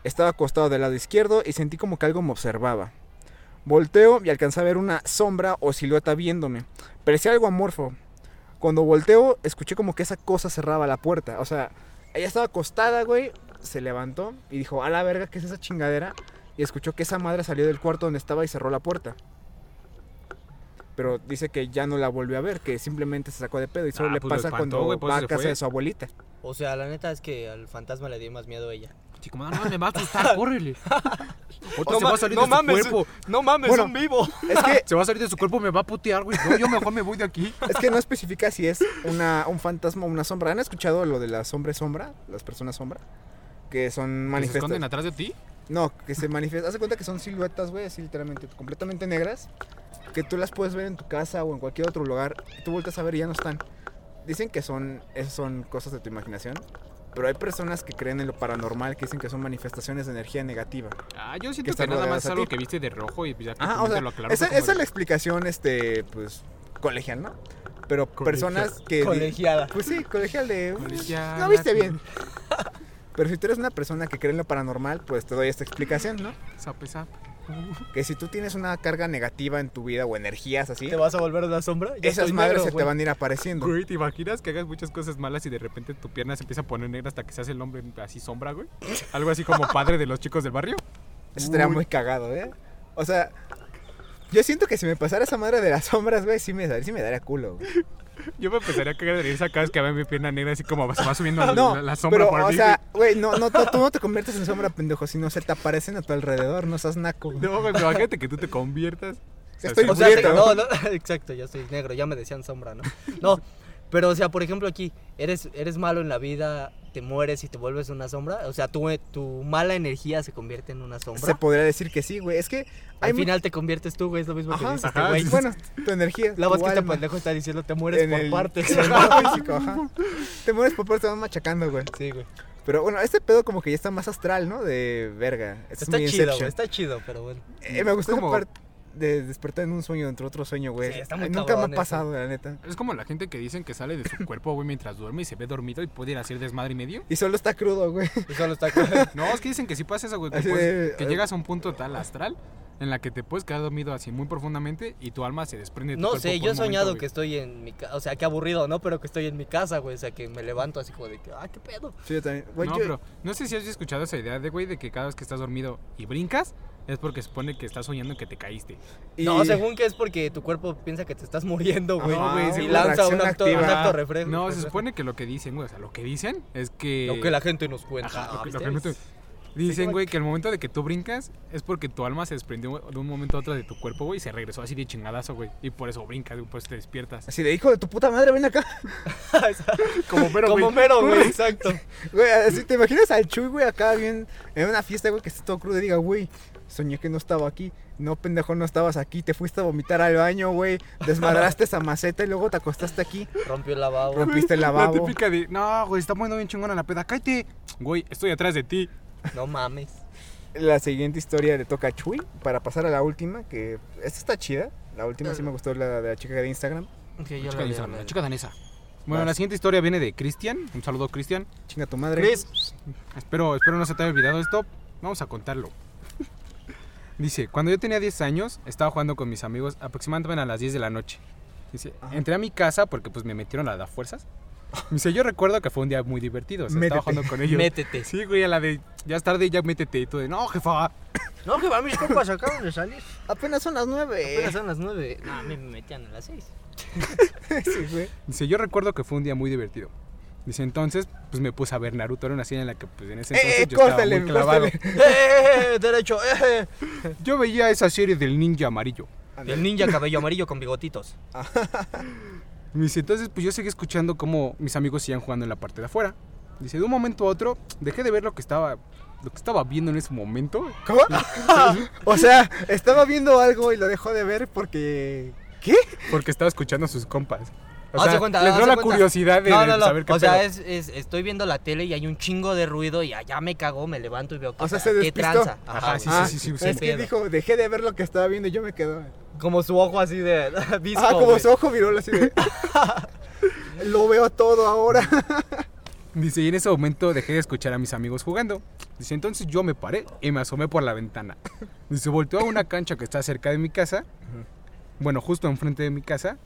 S2: Estaba acostado del lado izquierdo y sentí como que algo me observaba. Volteo y alcancé a ver una sombra o silueta viéndome. Parecía algo amorfo. Cuando volteo, escuché como que esa cosa cerraba la puerta. O sea, ella estaba acostada, güey. Se levantó y dijo, a la verga, ¿qué es esa chingadera? Y escuchó que esa madre salió del cuarto donde estaba y cerró la puerta. Pero dice que ya no la volvió a ver, que simplemente se sacó de pedo y solo
S3: Ah,
S2: le
S3: pues lo
S2: pasa
S3: espantó,
S2: cuando
S3: güey, por
S2: va
S3: eso
S2: a
S3: se
S2: casa
S3: fue.
S2: de su abuelita.
S4: O sea, la neta es que al fantasma le dio más miedo a ella.
S3: Sí, como, no, no, me va a asustar, córrele. Otro se va a salir de su cuerpo.
S4: no mames,
S2: Bueno.
S4: un vivo.
S2: Es que
S3: Se va a salir de su cuerpo, me va a putear, güey. No, yo mejor me voy de aquí.
S2: Es que no especifica si es una, un fantasma o una sombra. ¿Han escuchado lo de las sombras sombra? Las personas sombra. Que son
S3: ¿Que ¿Se
S2: manifestas.
S3: esconden atrás de ti?
S2: No, que se manifiestan. Hace cuenta que son siluetas, güey, así literalmente, completamente negras. Que tú las puedes ver en tu casa o en cualquier otro lugar. y Tú vueltas a ver y ya no están. Dicen que son, esas son cosas de tu imaginación. Pero hay personas que creen en lo paranormal, que dicen que son manifestaciones de energía negativa.
S3: Ah, yo
S2: Que
S3: siento que,
S2: están
S3: nada
S2: rodeadas
S3: más es
S2: a
S3: algo
S2: ti.
S3: que viste de rojo y ya que
S2: Ajá,
S3: tu
S2: Ah, o sea,
S3: mente lo aclaró.
S2: esa,
S3: fue
S2: esa
S3: como
S2: es
S3: de-
S2: la explicación, este, pues, colegial, ¿no? Pero personas que... di-
S4: Colegiada.
S2: Pues sí, colegial de.
S3: Colegial.
S2: No viste bien. Pero si tú eres una persona que cree en lo paranormal, pues te doy esta explicación, ¿no?
S3: Sape, sape.
S2: Que si tú tienes una carga negativa en tu vida o energías así,
S4: ¿Te vas a volver una sombra? Ya
S2: esas
S4: estoy
S2: madres
S4: negro,
S2: se te
S4: güey.
S2: van a ir apareciendo.
S3: Güey, ¿te imaginas que hagas muchas cosas malas y de repente tu pierna se empieza a poner negra hasta que se hace el hombre así sombra, güey? Algo así como padre de los chicos del barrio.
S2: Eso estaría muy cagado, ¿eh? O sea, yo siento que si me pasara esa madre de las sombras, güey, sí me, sí me daría culo. güey.
S3: Yo me empezaría a cagar de risa cada vez que vea mi pierna negra así como se va subiendo la-
S2: No,
S3: la, la sombra
S2: pero,
S3: por
S2: o
S3: mí,
S2: sea, güey, no, no, tú- tú no te conviertes en sombra, pendejo, sino se te aparecen a tu alrededor, no seas naco. güey.
S3: güey. No, güey, pero imagínate que tú te conviertas.
S2: Estoy
S4: O sea,
S2: Cubierto.
S4: te- no, no, exacto, ya soy negro, ya me decían sombra, ¿no? No, pero o sea, por ejemplo aquí, eres, eres malo en la vida, te mueres y te vuelves una sombra, o sea, tu, tu mala energía se convierte en una sombra.
S2: Se podría decir que sí, güey. Es que hay
S4: Al
S2: mu-
S4: final te conviertes tú, güey, es lo mismo que
S2: Ajá,
S4: dices,
S3: ajá,
S4: güey.
S3: sí, sí,
S2: Bueno, tu energía.
S4: La
S2: tu
S4: voz que este
S2: alma.
S4: pendejo está diciendo, te mueres
S2: en
S4: por
S2: el-
S4: partes.
S2: en el lado físico, ajá. Te mueres por partes, te van machacando, güey.
S4: Sí, güey.
S2: Pero bueno, este pedo como que ya está más astral, ¿no? De verga. Es
S4: Está
S2: muy
S4: chido, güey,
S2: Inception.
S4: está chido, pero bueno.
S2: Eh, me gustó esa
S3: Como-
S2: parte de despertar en un sueño dentro de otro sueño, güey.
S4: Sí, está muy
S2: Eh, Nunca me
S4: cabrón
S2: ha
S4: eso.
S2: pasado, la neta.
S3: Es como la gente que dicen que sale de su cuerpo, güey, mientras duerme y se ve dormido y puede ir a hacer desmadre y medio.
S2: Y solo está crudo, güey.
S4: Y solo está
S3: No, es que dicen que sí pasa eso, güey. Que,
S2: Así
S3: puedes-
S2: de- eh,
S3: que llegas a un punto tal astral en la que te puedes quedar dormido así muy profundamente y tu alma se desprende de tu
S4: No
S3: cuerpo
S4: sé,
S3: por
S4: yo he
S3: un momento,
S4: soñado
S3: güey.
S4: que estoy en mi casa, o sea, qué aburrido, ¿no? Pero que estoy en mi casa, güey, o sea, que me levanto así como de que, ah, qué pedo.
S2: Sí, yo también. Güey,
S3: no,
S2: yo-
S3: pero no sé si has escuchado esa idea de, güey, de que cada vez que estás dormido y brincas, es porque supone que estás soñando que te caíste.
S2: y-
S4: No, según que es porque tu cuerpo piensa que te estás muriendo, güey.
S5: Ah,
S3: Ajá, güey,
S4: y
S3: según
S4: lanza
S2: reacción
S4: un acto,
S2: activa.
S4: un acto pues, reflejo.
S3: No, se
S4: reflejo.
S3: supone que lo que dicen, güey, o sea, lo que dicen es que...
S4: Lo que la gente nos cuenta.
S3: Ajá,
S4: Ah,
S3: lo que- lo que
S4: ¿viste?
S3: no te- Dicen, güey, que el momento de que tú brincas es porque tu alma se desprendió de un momento a otro de tu cuerpo, güey, y se regresó así de chingadazo, güey. Y por eso brincas, güey, por eso te despiertas.
S2: Así de hijo de tu puta madre, ven acá.
S6: Como pero,
S4: Como
S6: güey.
S4: mero, güey, exacto.
S2: Güey, así te imaginas al Chuy, güey, acá bien en una fiesta, güey, que esté todo crudo y diga, güey, soñé que no estaba aquí. No, pendejo, no estabas aquí. Te fuiste a vomitar al baño, güey. Desmadraste esa maceta y luego te acostaste aquí.
S4: Rompió el lavabo.
S2: Rompiste el
S3: La
S2: lavabo.
S3: típica de, no, güey, está poniendo bien chingona la peda, cállate. Güey, estoy atrás de ti.
S4: No mames.
S2: La siguiente historia le toca a Chuy para pasar a la última, que esta está chida. La última sí me gustó, la de la chica de Instagram.
S4: Sí,
S3: La
S4: yo la
S3: chica,
S4: vi,
S3: danesa,
S4: la vi.
S3: la chica danesa. Bueno, la siguiente historia viene de Cristian. Un saludo, Cristian.
S2: Chinga tu madre.
S4: Chris,
S3: Espero, espero no se te haya olvidado esto. Vamos a contarlo. Dice, cuando yo tenía 10 años, estaba jugando con mis amigos aproximadamente a las 10 de la noche. Dice, entré a mi casa porque pues me metieron a las fuerzas. Dice, yo recuerdo que fue un día muy divertido. o sea, estaba
S2: Métete.
S3: jugando con ellos.
S4: métete.
S3: Sí, güey, a la de, ya es tarde, ya métete. Y tú de, no, jefa.
S5: No, que va, mis compas acaban de salir.
S2: Apenas son las nueve.
S5: Apenas son las nueve. No, a mí me metían a las seis.
S2: Sí, güey.
S3: Dice, yo recuerdo que fue un día muy divertido. Dice, entonces, pues me puse a ver Naruto. Era una serie en la que, pues en ese
S2: Eh,
S3: entonces
S2: eh,
S3: yo estaba
S2: córtale,
S3: muy clavado.
S2: córtale.
S5: ¡Eh, eh, eh, derecho! ¡Eh! eh.
S3: Yo veía esa serie del ninja amarillo.
S4: El ninja cabello amarillo con bigotitos.
S3: Me dice, entonces pues yo seguí escuchando cómo mis amigos seguían jugando en la parte de afuera. Dice, de un momento a otro, dejé de ver lo que estaba, lo que estaba viendo en ese momento.
S2: ¿Cómo? o sea, estaba viendo algo y lo dejó de ver porque. ¿Qué?
S3: Porque estaba escuchando a sus compas. O
S4: Haz
S3: sea,
S4: de cuenta,
S3: les
S4: haz
S3: dio
S4: de
S3: la
S4: cuenta.
S3: curiosidad de,
S4: No, no, no.
S3: saber qué
S4: o sea,
S3: pedo.
S4: es, es- estoy viendo la tele y hay un chingo de ruido y allá me cago, me levanto y veo que
S2: O sea, se
S4: qué
S2: despistó.
S4: tranza.
S3: Ajá, sí,
S4: güey.
S3: sí, sí, sí, sí.
S2: es que
S4: pedo.
S2: dijo, dejé de ver lo que estaba viendo y yo me quedo.
S4: Como su ojo así de disco,
S2: ah, como
S4: güey.
S2: su ojo viró así de. lo veo todo ahora.
S3: Dice, y en ese momento dejé de escuchar a mis amigos jugando. Dice, entonces yo me paré y me asomé por la ventana. Dice, volteó a una cancha que está cerca de mi casa. Bueno, justo enfrente de mi casa.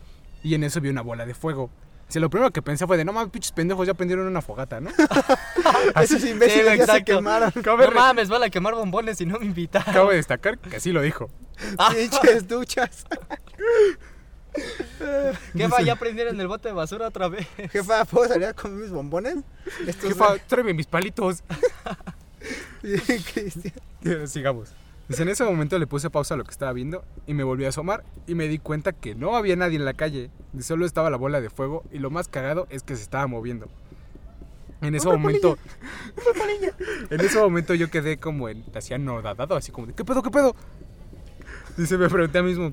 S3: Y en eso vi una bola de fuego. Dice, lo primero que pensé fue de, no mames, pinches pendejos, ya prendieron una fogata, ¿no?
S2: Esos
S4: Sí,
S2: imbéciles ya se
S4: exacto.
S2: quemaron.
S4: No mames, van a quemar bombones si no me Ah, invitan.
S3: Acabo de destacar que así lo dijo.
S2: Pinches duchas.
S4: ¿Qué va? Ya prendieron el bote de basura otra vez.
S2: Jefa, ¿puedo salir a comer mis bombones? Estos
S3: Jefa, tráeme mis palitos.
S2: Cristian.
S3: Sigamos. Dice, en ese momento le puse pausa a lo que estaba viendo y me volví a asomar y me di cuenta que no había nadie en la calle. Dice, Solo estaba la bola de fuego y lo más cagado es que se estaba moviendo. En ese momento... en ese momento yo quedé como en... Hacía nordadado, así como de, ¿qué pedo, qué pedo? Dice, me pregunté a mí mismo,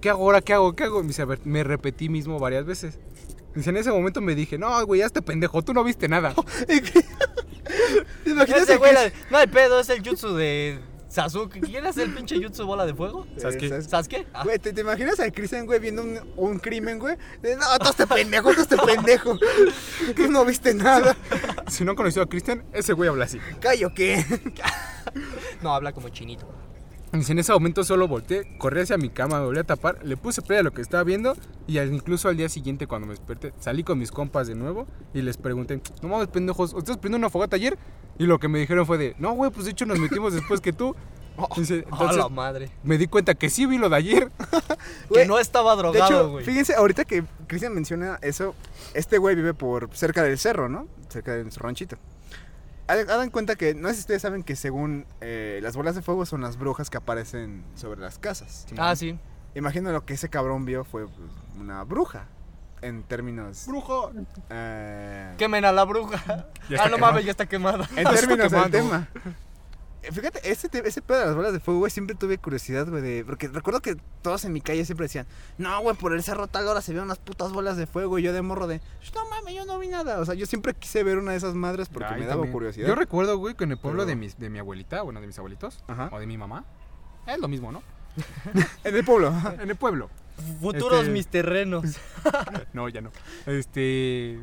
S3: ¿qué hago ahora, qué hago, qué hago? Me dice, a ver, me repetí mismo varias veces. Dice, en ese momento me dije, no, güey, ya este pendejo, tú no viste nada.
S2: ¿Te imaginas
S4: Ese
S2: el
S4: güey,
S2: Cristian?
S4: la- no hay pedo, es el jutsu de Sasuke. ¿Quién es el pinche jutsu bola de fuego?
S3: Sasuke.
S2: Eh, Sas-
S4: ¿Sasuke? Ah,
S2: Güey, ¿te, te imaginas al Cristian, güey, viendo un, un crimen, güey? De, no, tú este pendejo, tú este pendejo. Tú no viste nada.
S3: Si no conoció a Christian, ese güey habla así.
S2: ¿Callo qué?
S4: no, habla como chinito.
S3: Dice, en ese momento solo volteé, corrí hacia mi cama, me volví a tapar, le puse play a lo que estaba viendo y al- incluso al día siguiente cuando me desperté salí con mis compas de nuevo y les pregunté, no mames pendejos, ¿ustedes prendieron una fogata ayer? Y lo que me dijeron fue de, no güey, pues de hecho nos metimos después que tú. Dice,
S4: A
S3: entonces
S4: la madre.
S3: me di cuenta que sí vi lo de ayer.
S4: Que
S2: Güey,
S4: no estaba
S2: De hecho,
S4: drogado, güey.
S2: fíjense, ahorita que Cristian menciona eso, este güey vive por cerca del cerro, ¿no? Cerca de su ranchito. Hagan hagan cuenta que, no sé si ustedes saben que según eh, las bolas de fuego son las brujas que aparecen sobre las casas.
S4: Ah, sí.
S2: Imagino lo que ese cabrón vio fue pues, una bruja, en términos...
S3: Brujo.
S2: eh,
S4: Quemen a la bruja.
S3: Ya está
S4: Ah, no mames, ya está quemada.
S2: En
S3: Está
S2: términos del
S3: quemando.
S2: tema. Eh, Fíjate, ese, te- ese pedo de las bolas de fuego, güey, siempre tuve curiosidad, güey, de... Porque recuerdo que todos en mi calle siempre decían, no, güey, por el cerro tal hora se vieron unas putas bolas de fuego. Y yo de morro de, no mames, yo no vi nada. O sea, yo siempre quise ver una de esas madres porque
S3: Ay,
S2: me daba
S3: también.
S2: curiosidad.
S3: Yo recuerdo, güey, que en el pueblo
S2: Pero- Ah.
S3: de, mis- de mi abuelita, bueno, de mis abuelitos,
S2: Ajá.
S3: o de mi mamá, es lo mismo, ¿no?
S2: En el pueblo.
S3: En el pueblo.
S4: Futuros
S3: Este-
S4: mis terrenos.
S3: No, ya no. Este.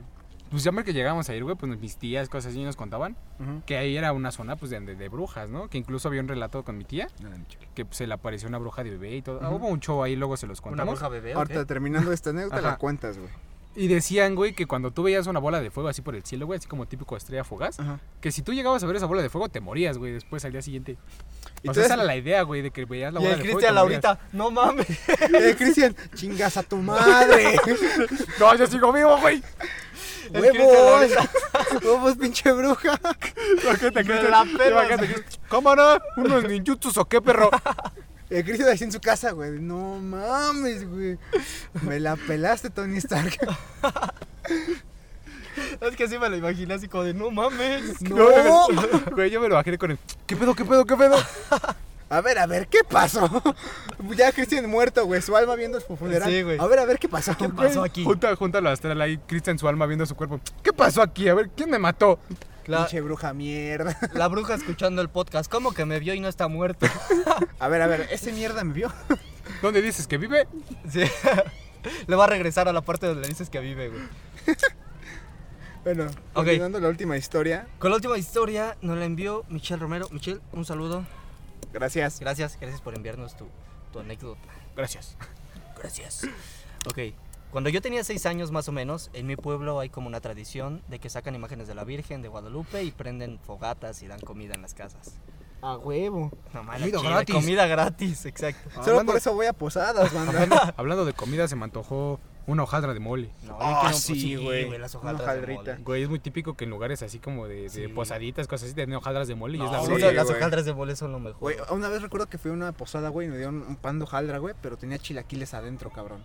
S3: Pues ya que llegamos a ir, güey, pues mis tías, cosas así, nos contaban
S2: Ujú.
S3: que ahí era una zona, pues, de, de- de brujas, ¿no? Que incluso había un relato con mi tía que pues, se le apareció una bruja de bebé y todo. Ah, Hubo un show ahí, luego se los
S4: Una
S3: contamos.
S4: bruja bebé. ¿o qué?
S2: Ahorita, terminando esta anécdota,
S3: Ajá.
S2: la cuentas, güey.
S3: Y decían, güey, que cuando tú veías una bola de fuego así por el cielo, güey, así como típico estrella fugaz,
S7: Ajá.
S3: que si tú llegabas a ver esa bola de fuego, te morías, güey, después al día siguiente.
S2: Y
S3: O
S2: tú
S3: sea, esa
S2: eres-
S3: era la idea, güey, de que veías la
S4: Y
S3: bola
S4: el
S3: de fuego.
S4: Cristian
S3: te morías.
S4: Laurita, no mames.
S2: Eh, Cristian, chingas a tu madre.
S3: No, yo sigo vivo, güey. este
S2: ¡Huevos! ¡Huevos, pinche bruja!
S3: Imagínate, Cristian,
S4: la pelas.
S3: imagínate, Cristian, Cámara, unos ninjutsus o qué, perro.
S2: El Cristian así en su casa, güey. No mames, güey. Me la pelaste, Tony Stark.
S4: Es que sí me lo imaginé así como de, no mames.
S2: ¡No!
S3: Güey, yo me lo bajé con el. ¿Qué pedo, qué pedo, qué pedo?
S2: A ver, a ver, ¿qué pasó? Ya Cristian muerto, güey. Su alma viendo su funeral.
S4: Sí, güey.
S2: A ver, a ver, ¿qué pasó?
S4: ¿Qué pasó aquí?
S3: Junta, junta la astral ahí, Cristian en su alma viendo su cuerpo. ¿Qué pasó aquí? A ver, ¿quién me mató?
S4: La,
S2: Pinche bruja mierda.
S4: la bruja escuchando el podcast, ¿cómo que me vio y no está muerto?
S2: A ver, a ver, ¿ese mierda me vio?
S3: ¿Dónde dices que vive?
S4: Sí. Le va a regresar a la parte donde le dices que vive, güey.
S2: Bueno, continuando la última historia.
S4: Con la última historia nos la envió Michelle Romero. Michelle, un saludo.
S2: Gracias.
S4: Gracias, gracias por enviarnos tu, tu anécdota.
S3: Gracias.
S4: Gracias. Ok, cuando yo tenía seis años más o menos, en mi pueblo hay como una tradición de que sacan imágenes de la Virgen de Guadalupe y prenden fogatas y dan comida en las casas.
S2: A huevo.
S4: No, mames,
S2: Comida
S4: chida,
S2: gratis.
S4: Comida gratis, exacto.
S2: Solo
S3: Hablando-
S2: por eso voy a posadas, banda.
S3: Hablando de comida, se me antojó una hojadra de mole.
S4: No,
S2: Ah,
S4: yo quiero-
S2: sí, güey.
S4: las
S2: Una
S4: hojaldras de
S2: hojaldrita.
S4: mole.
S3: Güey, es muy típico que en lugares así como de, de
S4: Sí.
S3: posaditas, cosas así, tienen hojaldras de mole y es la
S4: No,
S2: sí,
S3: fruta.
S4: güey, las
S2: güey.
S4: hojaldras de mole son lo mejor.
S2: Güey, una vez recuerdo que fui a una posada, güey, y me dieron un pan de hojaldra, güey, pero tenía chilaquiles adentro, cabrón.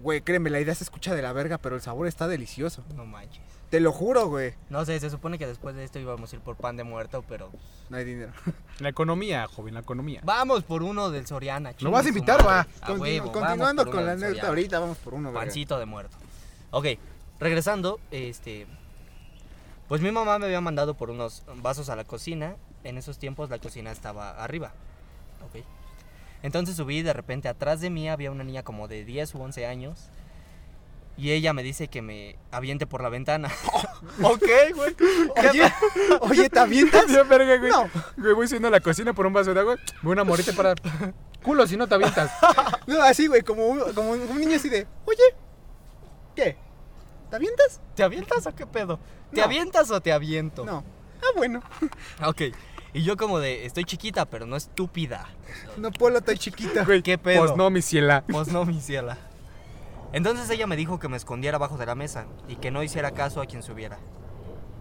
S2: Güey, créeme, la idea se escucha de la verga, pero el sabor está delicioso.
S4: No manches.
S2: Te lo juro, güey.
S4: No sé, se supone que después de esto íbamos a ir por pan de muerto, pero
S2: No hay dinero.
S3: La economía, joven, la economía.
S4: vamos por uno del Soriana.
S3: ¿Lo
S4: chingue
S3: vas a
S4: su
S3: invitar,
S4: madre.
S3: va?
S4: A
S2: Continu-
S4: huevo, vamos
S2: continuando
S4: por
S2: con
S4: uno
S2: la
S4: del
S2: anécdota,
S4: Soriana.
S2: ahorita vamos por uno, güey.
S4: Pancito de muerto. Ok, regresando, este. Pues mi mamá me había mandado por unos vasos a la cocina. En esos tiempos la cocina estaba arriba. Ok. Entonces subí y de repente atrás de mí había una niña como de 10 u 11 años. Y ella me dice que me aviente por la ventana. ok, güey.
S2: Oye, oye, ¿te avientas?
S3: Bien, verga, güey.
S2: No.
S3: Güey, voy subiendo a la cocina por un vaso de agua. Voy una morita para. Culo, si no te avientas.
S2: No, así, güey, como un, como un- un niño así de, oye, ¿qué? ¿Te avientas?
S4: ¿Te avientas o qué pedo? ¿Te
S2: No.
S4: avientas o te aviento?
S2: No. Ah, bueno.
S4: Ok. Y yo como de, estoy chiquita, pero no estúpida.
S2: No, Polo, estoy chiquita.
S3: Güey,
S4: ¿Qué pedo?
S3: Pues no, mi ciela.
S4: Pues no, mi ciela. Entonces ella me dijo que me escondiera abajo de la mesa y que no hiciera caso a quien subiera.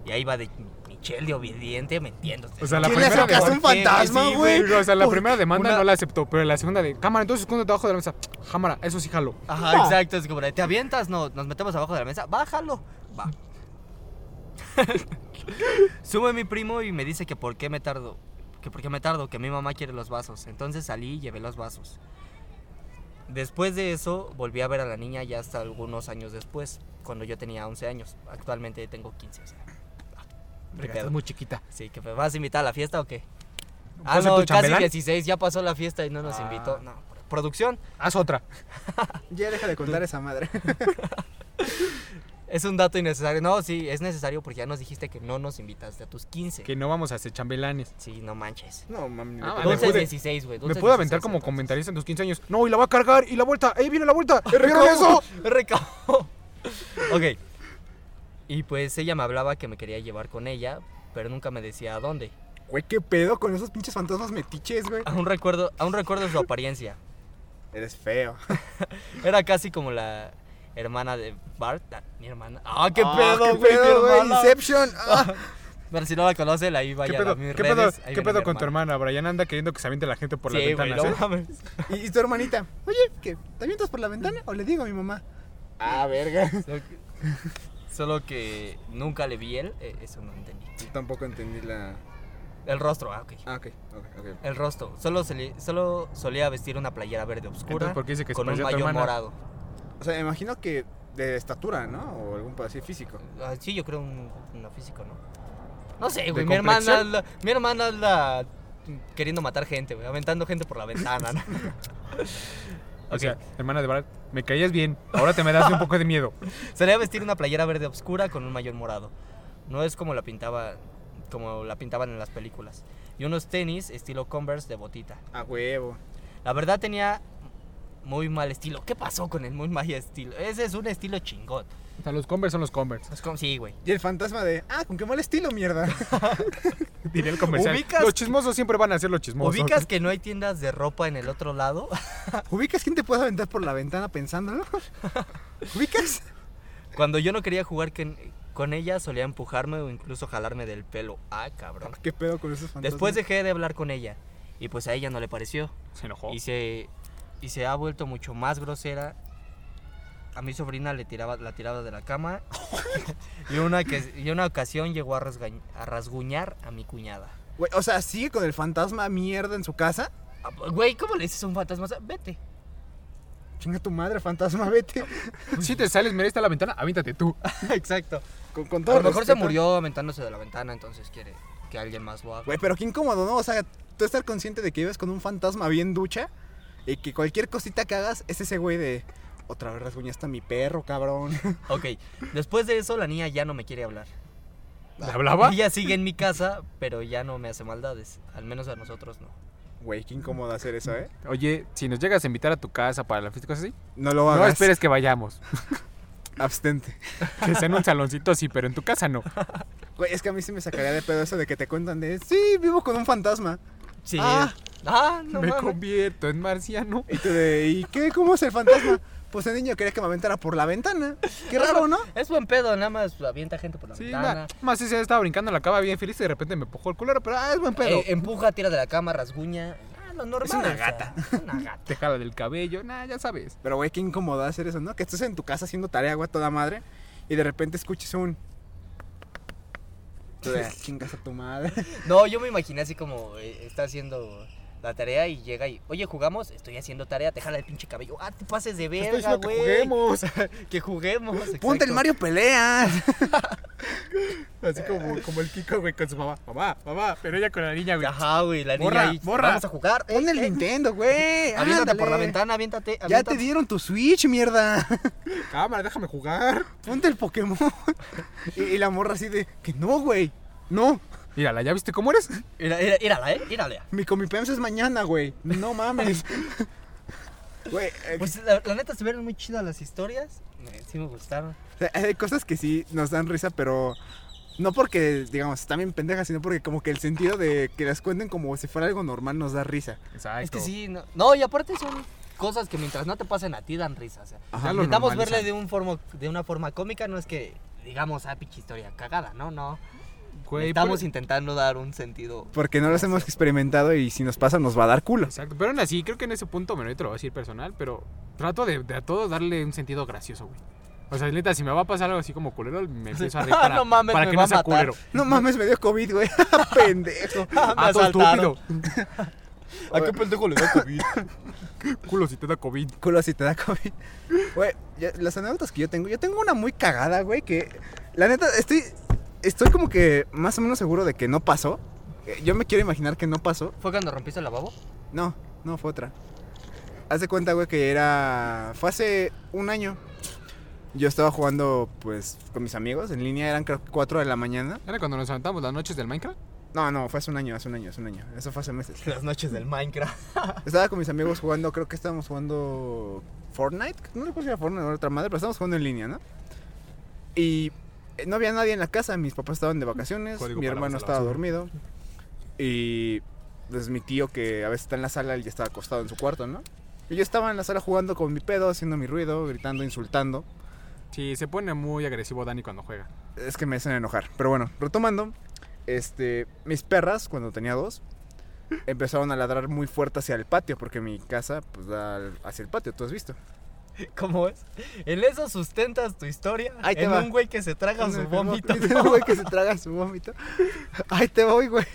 S4: Y ahí va de Michelle de obediente metiéndose.
S3: O sea, la
S2: ¿Quién le
S3: primera
S2: sacaste
S3: demanda.
S2: un fantasma,
S4: Sí,
S2: güey?
S3: o sea, la
S2: ¿Por
S3: primera demanda
S4: una-
S3: no la aceptó, pero la segunda de cámara, entonces escóndete abajo de la mesa. Cámara, eso sí jalo.
S4: Ajá, exacto. Es como, de, ¿te avientas? No, nos metemos abajo de la mesa. Bájalo. Va. Sube mi primo y me dice que por qué me tardo. Que por qué me tardo, que mi mamá quiere los vasos. Entonces salí y llevé los vasos. Después de eso, volví a ver a la niña ya hasta algunos años después, cuando yo tenía 11 años. Actualmente tengo 15, o sea. ah, qué
S3: Verga,
S4: pedo.
S3: estás muy chiquita.
S4: Sí, que me vas a invitar a la fiesta o qué? Ah,
S3: ¿Vas a
S4: no,
S3: tu
S4: casi
S3: chambelán? Ah.
S4: 16, ya pasó la fiesta y no nos invitó. No, producción.
S3: Haz otra.
S2: Ya deja de contar esa madre.
S4: Es un dato innecesario. No, sí, es necesario porque ya nos dijiste que no nos invitaste a tus 15.
S3: Que no vamos a hacer chambelanes.
S4: Sí, no manches.
S2: No, mami.
S3: Ah,
S2: no,
S3: vale.
S4: Dulces
S3: pude-
S4: 16, güey.
S3: Me
S4: dulces
S3: puedo aventar
S4: 16,
S3: como
S4: entonces.
S3: comentarista en tus 15 años. No, y la va a cargar, y la vuelta, ahí viene la vuelta. ¿Vieron eso?
S4: Recabo. ok. Y pues ella me hablaba que me quería llevar con ella, pero nunca me decía a dónde.
S2: Güey, ¿qué pedo con esos pinches fantasmas metiches, güey?
S4: Aún recuerdo, aún recuerdo su apariencia.
S2: Eres feo.
S4: Era casi como la hermana de Bart. ah, Mi hermana. ¡Ah, qué
S2: Ah,
S4: pedo,
S2: qué
S4: güey! mi
S2: pedo, güey,
S4: hermana.
S2: Inception. Ah.
S4: Pero si no la conocen, ahí
S3: ¿Qué
S4: vaya a
S3: pedo,
S4: mis
S3: ¿qué pedo,
S4: redes. ahí
S3: ¿qué
S4: viene
S3: pedo
S4: mi
S3: con tu hermana? Brian anda queriendo que se aviente la gente por ¿eh? la
S4: Sí, güey,
S3: ventana.
S4: no mames.
S2: ¿Y, y tu hermanita, oye, ¿qué? ¿te avientas por la ventana o le digo a mi mamá? Ah, verga.
S4: Solo que- Solo que nunca le vi él, eh, eso no entendí.
S2: Yo tampoco entendí la.
S4: El rostro, ah, ok.
S2: Ah, ok, ok, ok.
S4: El rostro. Solo, se le- solo solía vestir una playera verde oscura
S3: Entonces, ¿por qué dice que se
S4: con un
S3: parecía a tu
S4: mayor
S3: hermana?
S4: morado.
S2: O sea, me imagino que de estatura, ¿no? O algún pedo así físico.
S4: Ah, sí, yo creo un, una físico, ¿no? No sé, güey. Mi
S3: complexión?
S4: hermana, anda- mi hermana anda queriendo matar gente, güey. Aventando gente por la ventana, ¿no?
S3: O
S4: Ok.
S3: sea, hermana de Brad, me caías bien. Ahora te me das un poco de miedo.
S4: Solía vestir una playera verde oscura con un mayor morado. No es como la pintaba como la pintaban en las películas. Y unos tenis estilo Converse de botita.
S2: A huevo.
S4: La verdad tenía muy mal estilo. ¿Qué pasó con el muy mal estilo? Ese es un estilo chingón.
S3: O sea, los Converse son los Converse.
S4: Es como- Sí, güey.
S2: Y el fantasma de, ah, con qué mal estilo, mierda.
S3: Diría el comercial.
S4: Ubicas-
S3: Los chismosos siempre van a ser los chismosos.
S4: ¿Ubicas que no hay tiendas de ropa en el otro lado?
S2: ¿Ubicas quién te puede aventar por la ventana pensándolo? ¿Ubicas?
S4: Cuando yo no quería jugar que- con ella, solía empujarme o incluso jalarme del pelo. Ah, cabrón.
S2: ¿Qué pedo con esos fantasmas?
S4: Después dejé de hablar con ella. Y pues a ella no le pareció.
S3: Se enojó.
S4: Y se, y se ha vuelto mucho más grosera. A mi sobrina le tiraba, la tiraba de la cama. y, una que, y una ocasión llegó a, rasga- a rasguñar a mi cuñada.
S2: Güey, o sea, sigue con el fantasma mierda en su casa.
S4: Ah, Güey, ¿cómo le dices a un fantasma? Vete.
S2: Chinga tu madre, fantasma, vete.
S3: Si te sales, mira, ahí está la ventana, avíntate tú.
S4: Exacto.
S2: Con, con
S4: A
S2: todo
S4: lo mejor se
S2: respeto.
S4: murió aventándose de la ventana, entonces quiere que alguien más lo haga.
S2: Güey, pero qué incómodo, ¿no? O sea, tú estar consciente de que vives con un fantasma bien ducha y que cualquier cosita que hagas es ese güey de. Otra vez rasguñaste a mi perro, cabrón.
S4: Ok, después de eso la niña ya no me quiere hablar.
S3: ¿Le hablaba?
S4: Ella sigue en mi casa, pero ya no me hace maldades. Al menos a nosotros no.
S2: Güey, qué incómodo hacer eso, ¿eh?
S3: Oye, si nos llegas a invitar a tu casa para la fiesta y cosas así,
S2: No lo hagas.
S3: no esperes que vayamos.
S2: Abstente.
S3: Que sea en un saloncito sí, pero en tu casa no.
S2: Güey, es que a mí sí me sacaría de pedo eso de que te cuentan de. Sí, vivo con un fantasma.
S4: Sí.
S2: Ah.
S4: Ah, no
S3: Me
S4: mames.
S3: convierto en marciano.
S2: Y tú de. ¿Y qué? ¿Cómo es el fantasma? Pues el niño quería que me aventara por la ventana. Qué raro, ¿no?
S4: Es buen pedo, nada más pues, avienta gente por la
S3: Sí,
S4: ventana.
S3: nada. Más si se estaba brincando en la cama bien feliz y de repente me empujó el culero, pero ah, es buen pedo.
S4: Eh, empuja, tira de la cama, rasguña. Ah, lo normal. Es una gata. una gata.
S3: te jala del cabello, nah, ya sabes.
S2: Pero, güey, qué incómodo hacer eso, ¿no? Que estés en tu casa haciendo tarea, güey, a toda madre, y de repente escuches un... Tú de, "Ah, chingas a tu madre.
S4: No, yo me imaginé así como eh, está haciendo la tarea y llega y, oye, jugamos, estoy haciendo tarea, te jala el pinche cabello. Ah, te pases de verga,
S3: diciendo que
S4: güey.
S3: juguemos.
S4: que juguemos.
S2: ¡Ponte el
S4: exacto.
S2: Mario Pelea!
S3: Así como, como el Kiko, güey, con su mamá. Mamá, mamá, pero ella con la niña, güey.
S4: Ajá, güey, la niña
S3: Borra,
S4: ahí,
S3: borra.
S4: Vamos a jugar. eh,
S2: ¡Pon el
S4: eh,
S2: Nintendo, güey!
S4: Aviéntate por la
S2: ándale.
S4: ventana, aviéntate.
S2: ¡Ya
S4: aviéntate.
S2: te dieron tu Switch, mierda!
S3: Cámara, déjame jugar.
S2: ¡Ponte el Pokémon! y, y la morra así de, que no, güey. No,
S3: Mírala, ¿ya viste cómo eres?
S4: Mira, mira, mírala, eh, mírala.
S2: mi comipenso es mañana, güey. No mames. Güey, eh,
S4: Pues la, la neta se vieron muy chidas las historias. eh, Sí me gustaron.
S2: O sea, hay cosas que sí nos dan risa, pero no porque, digamos, están bien pendejas, sino porque como que el sentido de que las cuenten como si fuera algo normal nos da risa.
S3: Exacto.
S4: Es que sí, no. No, y aparte son cosas que mientras no te pasen a ti dan risa. O sea,
S3: Ajá, lo
S4: intentamos
S3: normalizan.
S4: verle de un forma, de una forma cómica, no es que digamos, ah, pinche historia cagada, no, no.
S3: Güey,
S4: Estamos
S3: pero-
S4: intentando dar un sentido.
S2: Porque no las hemos experimentado y si nos pasa nos va a dar culo.
S3: Exacto, pero aún así, creo que en ese punto, bueno, yo te lo voy a decir personal, pero trato de, de a todo darle un sentido gracioso, güey. O sea, neta, si me va a pasar algo así como culero, me empiezo a reír
S4: Ah,
S3: para,
S4: no mames,
S3: para
S4: me
S3: que
S4: va
S3: no
S4: a
S3: sea
S4: matar.
S3: culero.
S2: No mames, me dio COVID, güey. Pendejo.
S3: Ah, todo
S4: asaltaron.
S3: estúpido.
S4: ¿A Ah, qué pendejo le da COVID?
S3: Culo si te da COVID.
S2: Culo si te da COVID. Güey, ya- las anécdotas que yo tengo, yo tengo una muy cagada, güey, que la neta estoy estoy como que más o menos seguro de que no pasó. Eh, Yo me quiero imaginar que no pasó,
S4: ¿Fue cuando rompiste el lavabo?
S2: No, no, fue otra. Haz de cuenta, güey, que era. Fue hace un año. Yo estaba jugando, pues, con mis amigos. En línea eran, creo que 4 de la mañana.
S3: ¿Era cuando nos levantamos las noches del Minecraft?
S2: No, no, fue hace un año, hace un año, hace un año. Eso fue hace meses.
S4: Las noches del Minecraft.
S2: Estaba con mis amigos jugando, creo que estábamos jugando Fortnite. No recuerdo si era Fortnite o era otra madre, pero estábamos jugando en línea, ¿no? Y eh, no había nadie en la casa. Mis papás estaban de vacaciones.
S3: Código
S2: mi
S3: palabras
S2: hermano
S3: a la
S2: estaba
S3: basura.
S2: dormido. Y pues mi tío, que a veces está en la sala, él ya estaba acostado en su cuarto, ¿no? Y yo estaba en la sala jugando con mi pedo, haciendo mi ruido, gritando, insultando.
S3: Sí, se pone muy agresivo Dani cuando juega.
S2: Es que me hacen enojar. Pero bueno, retomando, este, mis perras, cuando tenía dos, empezaron a ladrar muy fuerte hacia el patio, porque mi casa, pues, da al- hacia el patio, tú has visto.
S4: ¿Cómo es? En eso sustentas tu historia.
S2: Ahí te
S4: en
S2: va.
S4: un güey que se traga su vómito.
S2: Un güey que se traga su vómito. Ahí te voy, güey.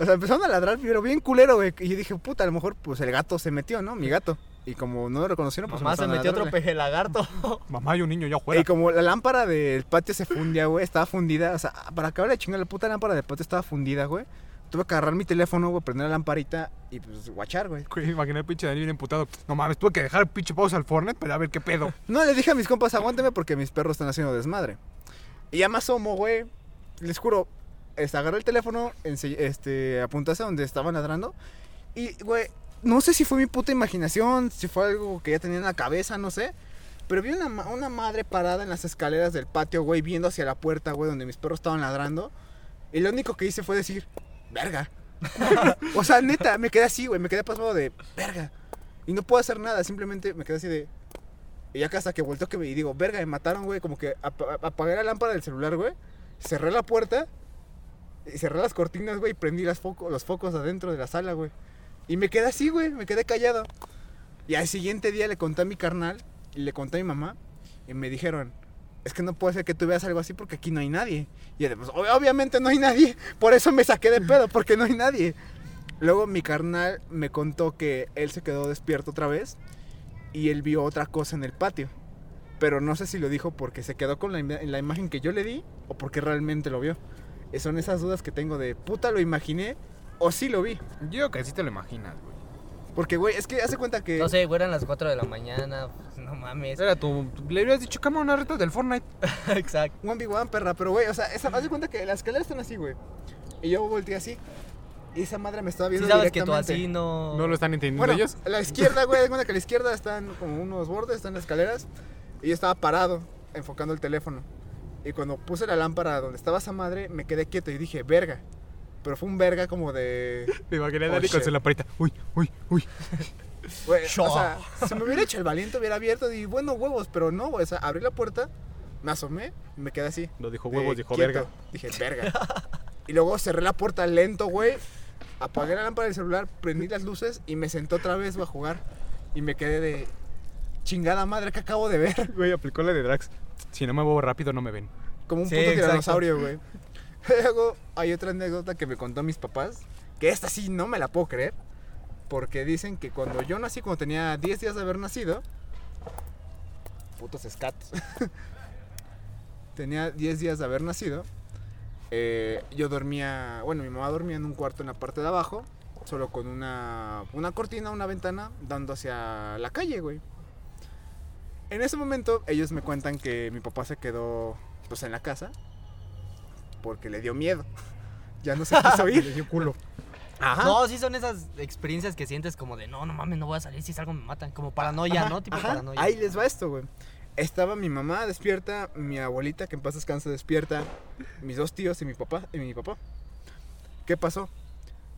S2: O sea, empezaron a ladrar, pero bien culero, güey. Y yo dije, puta, a lo mejor, pues, el gato se metió, ¿no? Mi gato. Y como no lo reconocieron, pues,
S4: Mamá se
S2: empezaron a
S4: metió otro
S2: ladrarle.
S4: peje lagarto.
S3: Mamá, hay un niño ya
S2: Y
S3: juega.
S2: como la lámpara del patio se fundía, güey, estaba fundida. O sea, para acabar de chingar, la puta lámpara del patio estaba fundida, güey. Tuve que agarrar mi teléfono, güey, prender la lamparita y pues guachar, güey.
S3: Güey, Imaginé al pinche Dani bien emputado. No mames, tuve que dejar pinche pausa al Fortnite, pero a ver qué pedo.
S2: No, le dije a mis compas, aguántame porque mis perros están haciendo desmadre. Y ya me asomo, güey. Les juro, este, agarré el teléfono, ense- este, apuntaste a donde estaban ladrando. Y, güey, no sé si fue mi puta imaginación, si fue algo que ya tenía en la cabeza, no sé. Pero vi una, ma- una madre parada en las escaleras del patio, güey, viendo hacia la puerta, güey, donde mis perros estaban ladrando. Y lo único que hice fue decir, verga. o sea, neta, me quedé así, güey, me quedé pasado de, verga. Y no puedo hacer nada, simplemente me quedé así de... Y ya que hasta que volteo que me, y digo, verga, me mataron, güey, como que ap- ap- apagué la lámpara del celular, güey. Cerré la puerta, y cerré las cortinas, güey, y prendí las foco- los focos adentro de la sala, güey. Y me quedé así, güey, me quedé callado. Y al siguiente día le conté a mi carnal y le conté a mi mamá y me dijeron, es que no puede ser que tú veas algo así porque aquí no hay nadie. Y además, ob- obviamente no hay nadie, por eso me saqué de pedo, porque no hay nadie. Luego mi carnal me contó que él se quedó despierto otra vez y él vio otra cosa en el patio. Pero no sé si lo dijo porque se quedó con la, ima- la imagen que yo le di o porque realmente lo vio. Eh, Son esas dudas que tengo de puta lo imaginé o sí lo vi.
S3: Yo creo que así te lo imaginas, güey.
S2: Porque, güey, es que hace cuenta que...
S4: No sé, güey, eran las 4 de la mañana. pues, no mames.
S3: Era tu. tu- Le hubieras dicho, cámara, una reta del Fortnite.
S4: Exacto.
S2: One v one, perra, pero güey, o sea, esa, haz de cuenta que las escaleras están así, güey. Y yo volteé así. Y esa madre me estaba
S4: Si
S2: viendo
S4: sabes que tú
S2: directamente.
S4: así no.
S3: No lo están entendiendo
S2: Bueno,
S3: ellos.
S2: a la izquierda, güey, haz de cuenta que a la izquierda están como unos bordes, están las escaleras. Y yo estaba parado, enfocando el teléfono. Y cuando puse la lámpara donde estaba esa madre, me quedé quieto y dije, verga. Pero fue un verga como de...
S3: Me imaginé a
S2: Oh,
S3: Dani con
S2: shit.
S3: su lamparita. Uy, uy, uy.
S2: Güey, o sea, si me hubiera hecho el valiente, hubiera abierto y bueno, huevos, pero no, güey, o sea, abrí la puerta, me asomé y me quedé así.
S3: No dijo
S2: de
S3: huevos, dijo
S2: quieto.
S3: verga.
S2: Dije, verga. y luego cerré la puerta lento, güey. Apagué la lámpara del celular, prendí las luces y me senté otra vez güey, a jugar. Y me quedé de chingada madre que acabo de ver.
S3: Güey, aplicó la de Drax. Si no me muevo rápido, no me ven.
S2: Como un
S4: Sí,
S2: puto
S4: exacto.
S2: tiranosaurio, güey. Luego hay otra anécdota que me contó mis papás, que esta sí no me la puedo creer, porque dicen que cuando yo nací, cuando tenía 10 días de haber nacido, putos escatos, tenía 10 días de haber nacido, eh, yo dormía, bueno, mi mamá dormía en un cuarto en la parte de abajo, solo con una, una cortina, una ventana, dando hacia la calle, güey. En ese momento ellos me cuentan que mi papá se quedó pues en la casa porque le dio miedo. Ya no se quiso ir. le dio culo. Ajá.
S4: No, sí son esas experiencias que sientes como de no, no mames, no voy a salir, si salgo me matan. Como paranoia,
S2: Ajá,
S4: ¿no? Tipo
S2: ajá.
S4: paranoia.
S2: Ahí les va esto, güey. Estaba mi mamá despierta, mi abuelita que en paz descanse despierta, mis dos tíos y mi papá y mi papá. ¿Qué pasó?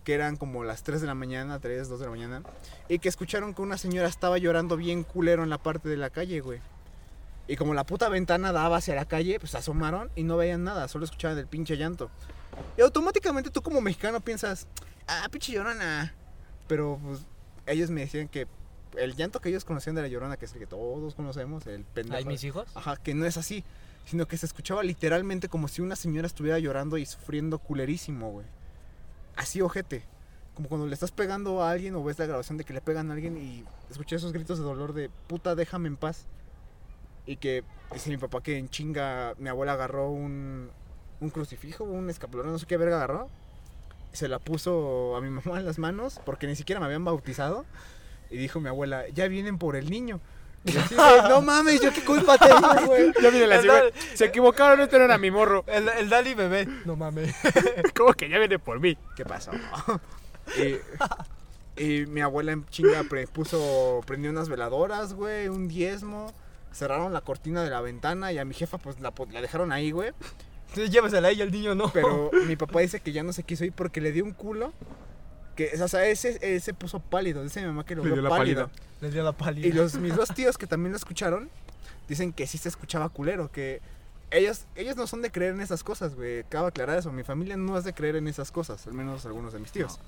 S2: Que eran como las 3 de la mañana, 3, 2 de la mañana, y que escucharon que una señora estaba llorando bien culero en la parte de la calle, güey. Y como la puta ventana daba hacia la calle, pues asomaron y no veían nada, solo escuchaban el pinche llanto. Y automáticamente tú como mexicano piensas, ah, pinche llorona. Pero pues ellos me decían que el llanto que ellos conocían de la llorona, que es el que todos conocemos, el pendejo.
S4: Ay, mis hijos.
S2: Ajá, que no es así, sino que se escuchaba literalmente como si una señora estuviera llorando y sufriendo culerísimo, güey. Así ojete. Como cuando le estás pegando a alguien o ves la grabación de que le pegan a alguien y escuché esos gritos de dolor de puta, déjame en paz. Y que dice mi papá que en chinga mi abuela agarró un, un crucifijo, un escapulario, no sé qué verga agarró. Se la puso a mi mamá en las manos porque ni siquiera me habían bautizado. Y dijo mi abuela, ya vienen por el niño. Y así, de, no mames, yo qué culpa tengo, güey.
S3: Ya viene la señora. Se equivocaron, este no era mi morro.
S4: El, el Dali bebé. No mames.
S3: ¿Cómo que ya viene por mí?
S2: ¿Qué pasó? y, y mi abuela en chinga pre- puso, prendió unas veladoras, güey, un diezmo. Cerraron la cortina de la ventana y a mi jefa pues la, po- la dejaron ahí, güey.
S4: Sí, llévesela ahí, el niño no.
S2: Pero mi papá dice que ya no se quiso ir porque le dio un culo. Que, o sea, ese, ese puso pálido, dice mi mamá que lo
S3: Le
S2: vio
S3: dio la
S2: pálido.
S4: Les dio la pálida.
S2: Y los, mis dos tíos que también lo escucharon, dicen que sí se escuchaba culero, que ellos, ellos no son de creer en esas cosas, güey. Acabo de aclarar eso. Mi familia no es de creer en esas cosas, al menos algunos de mis tíos.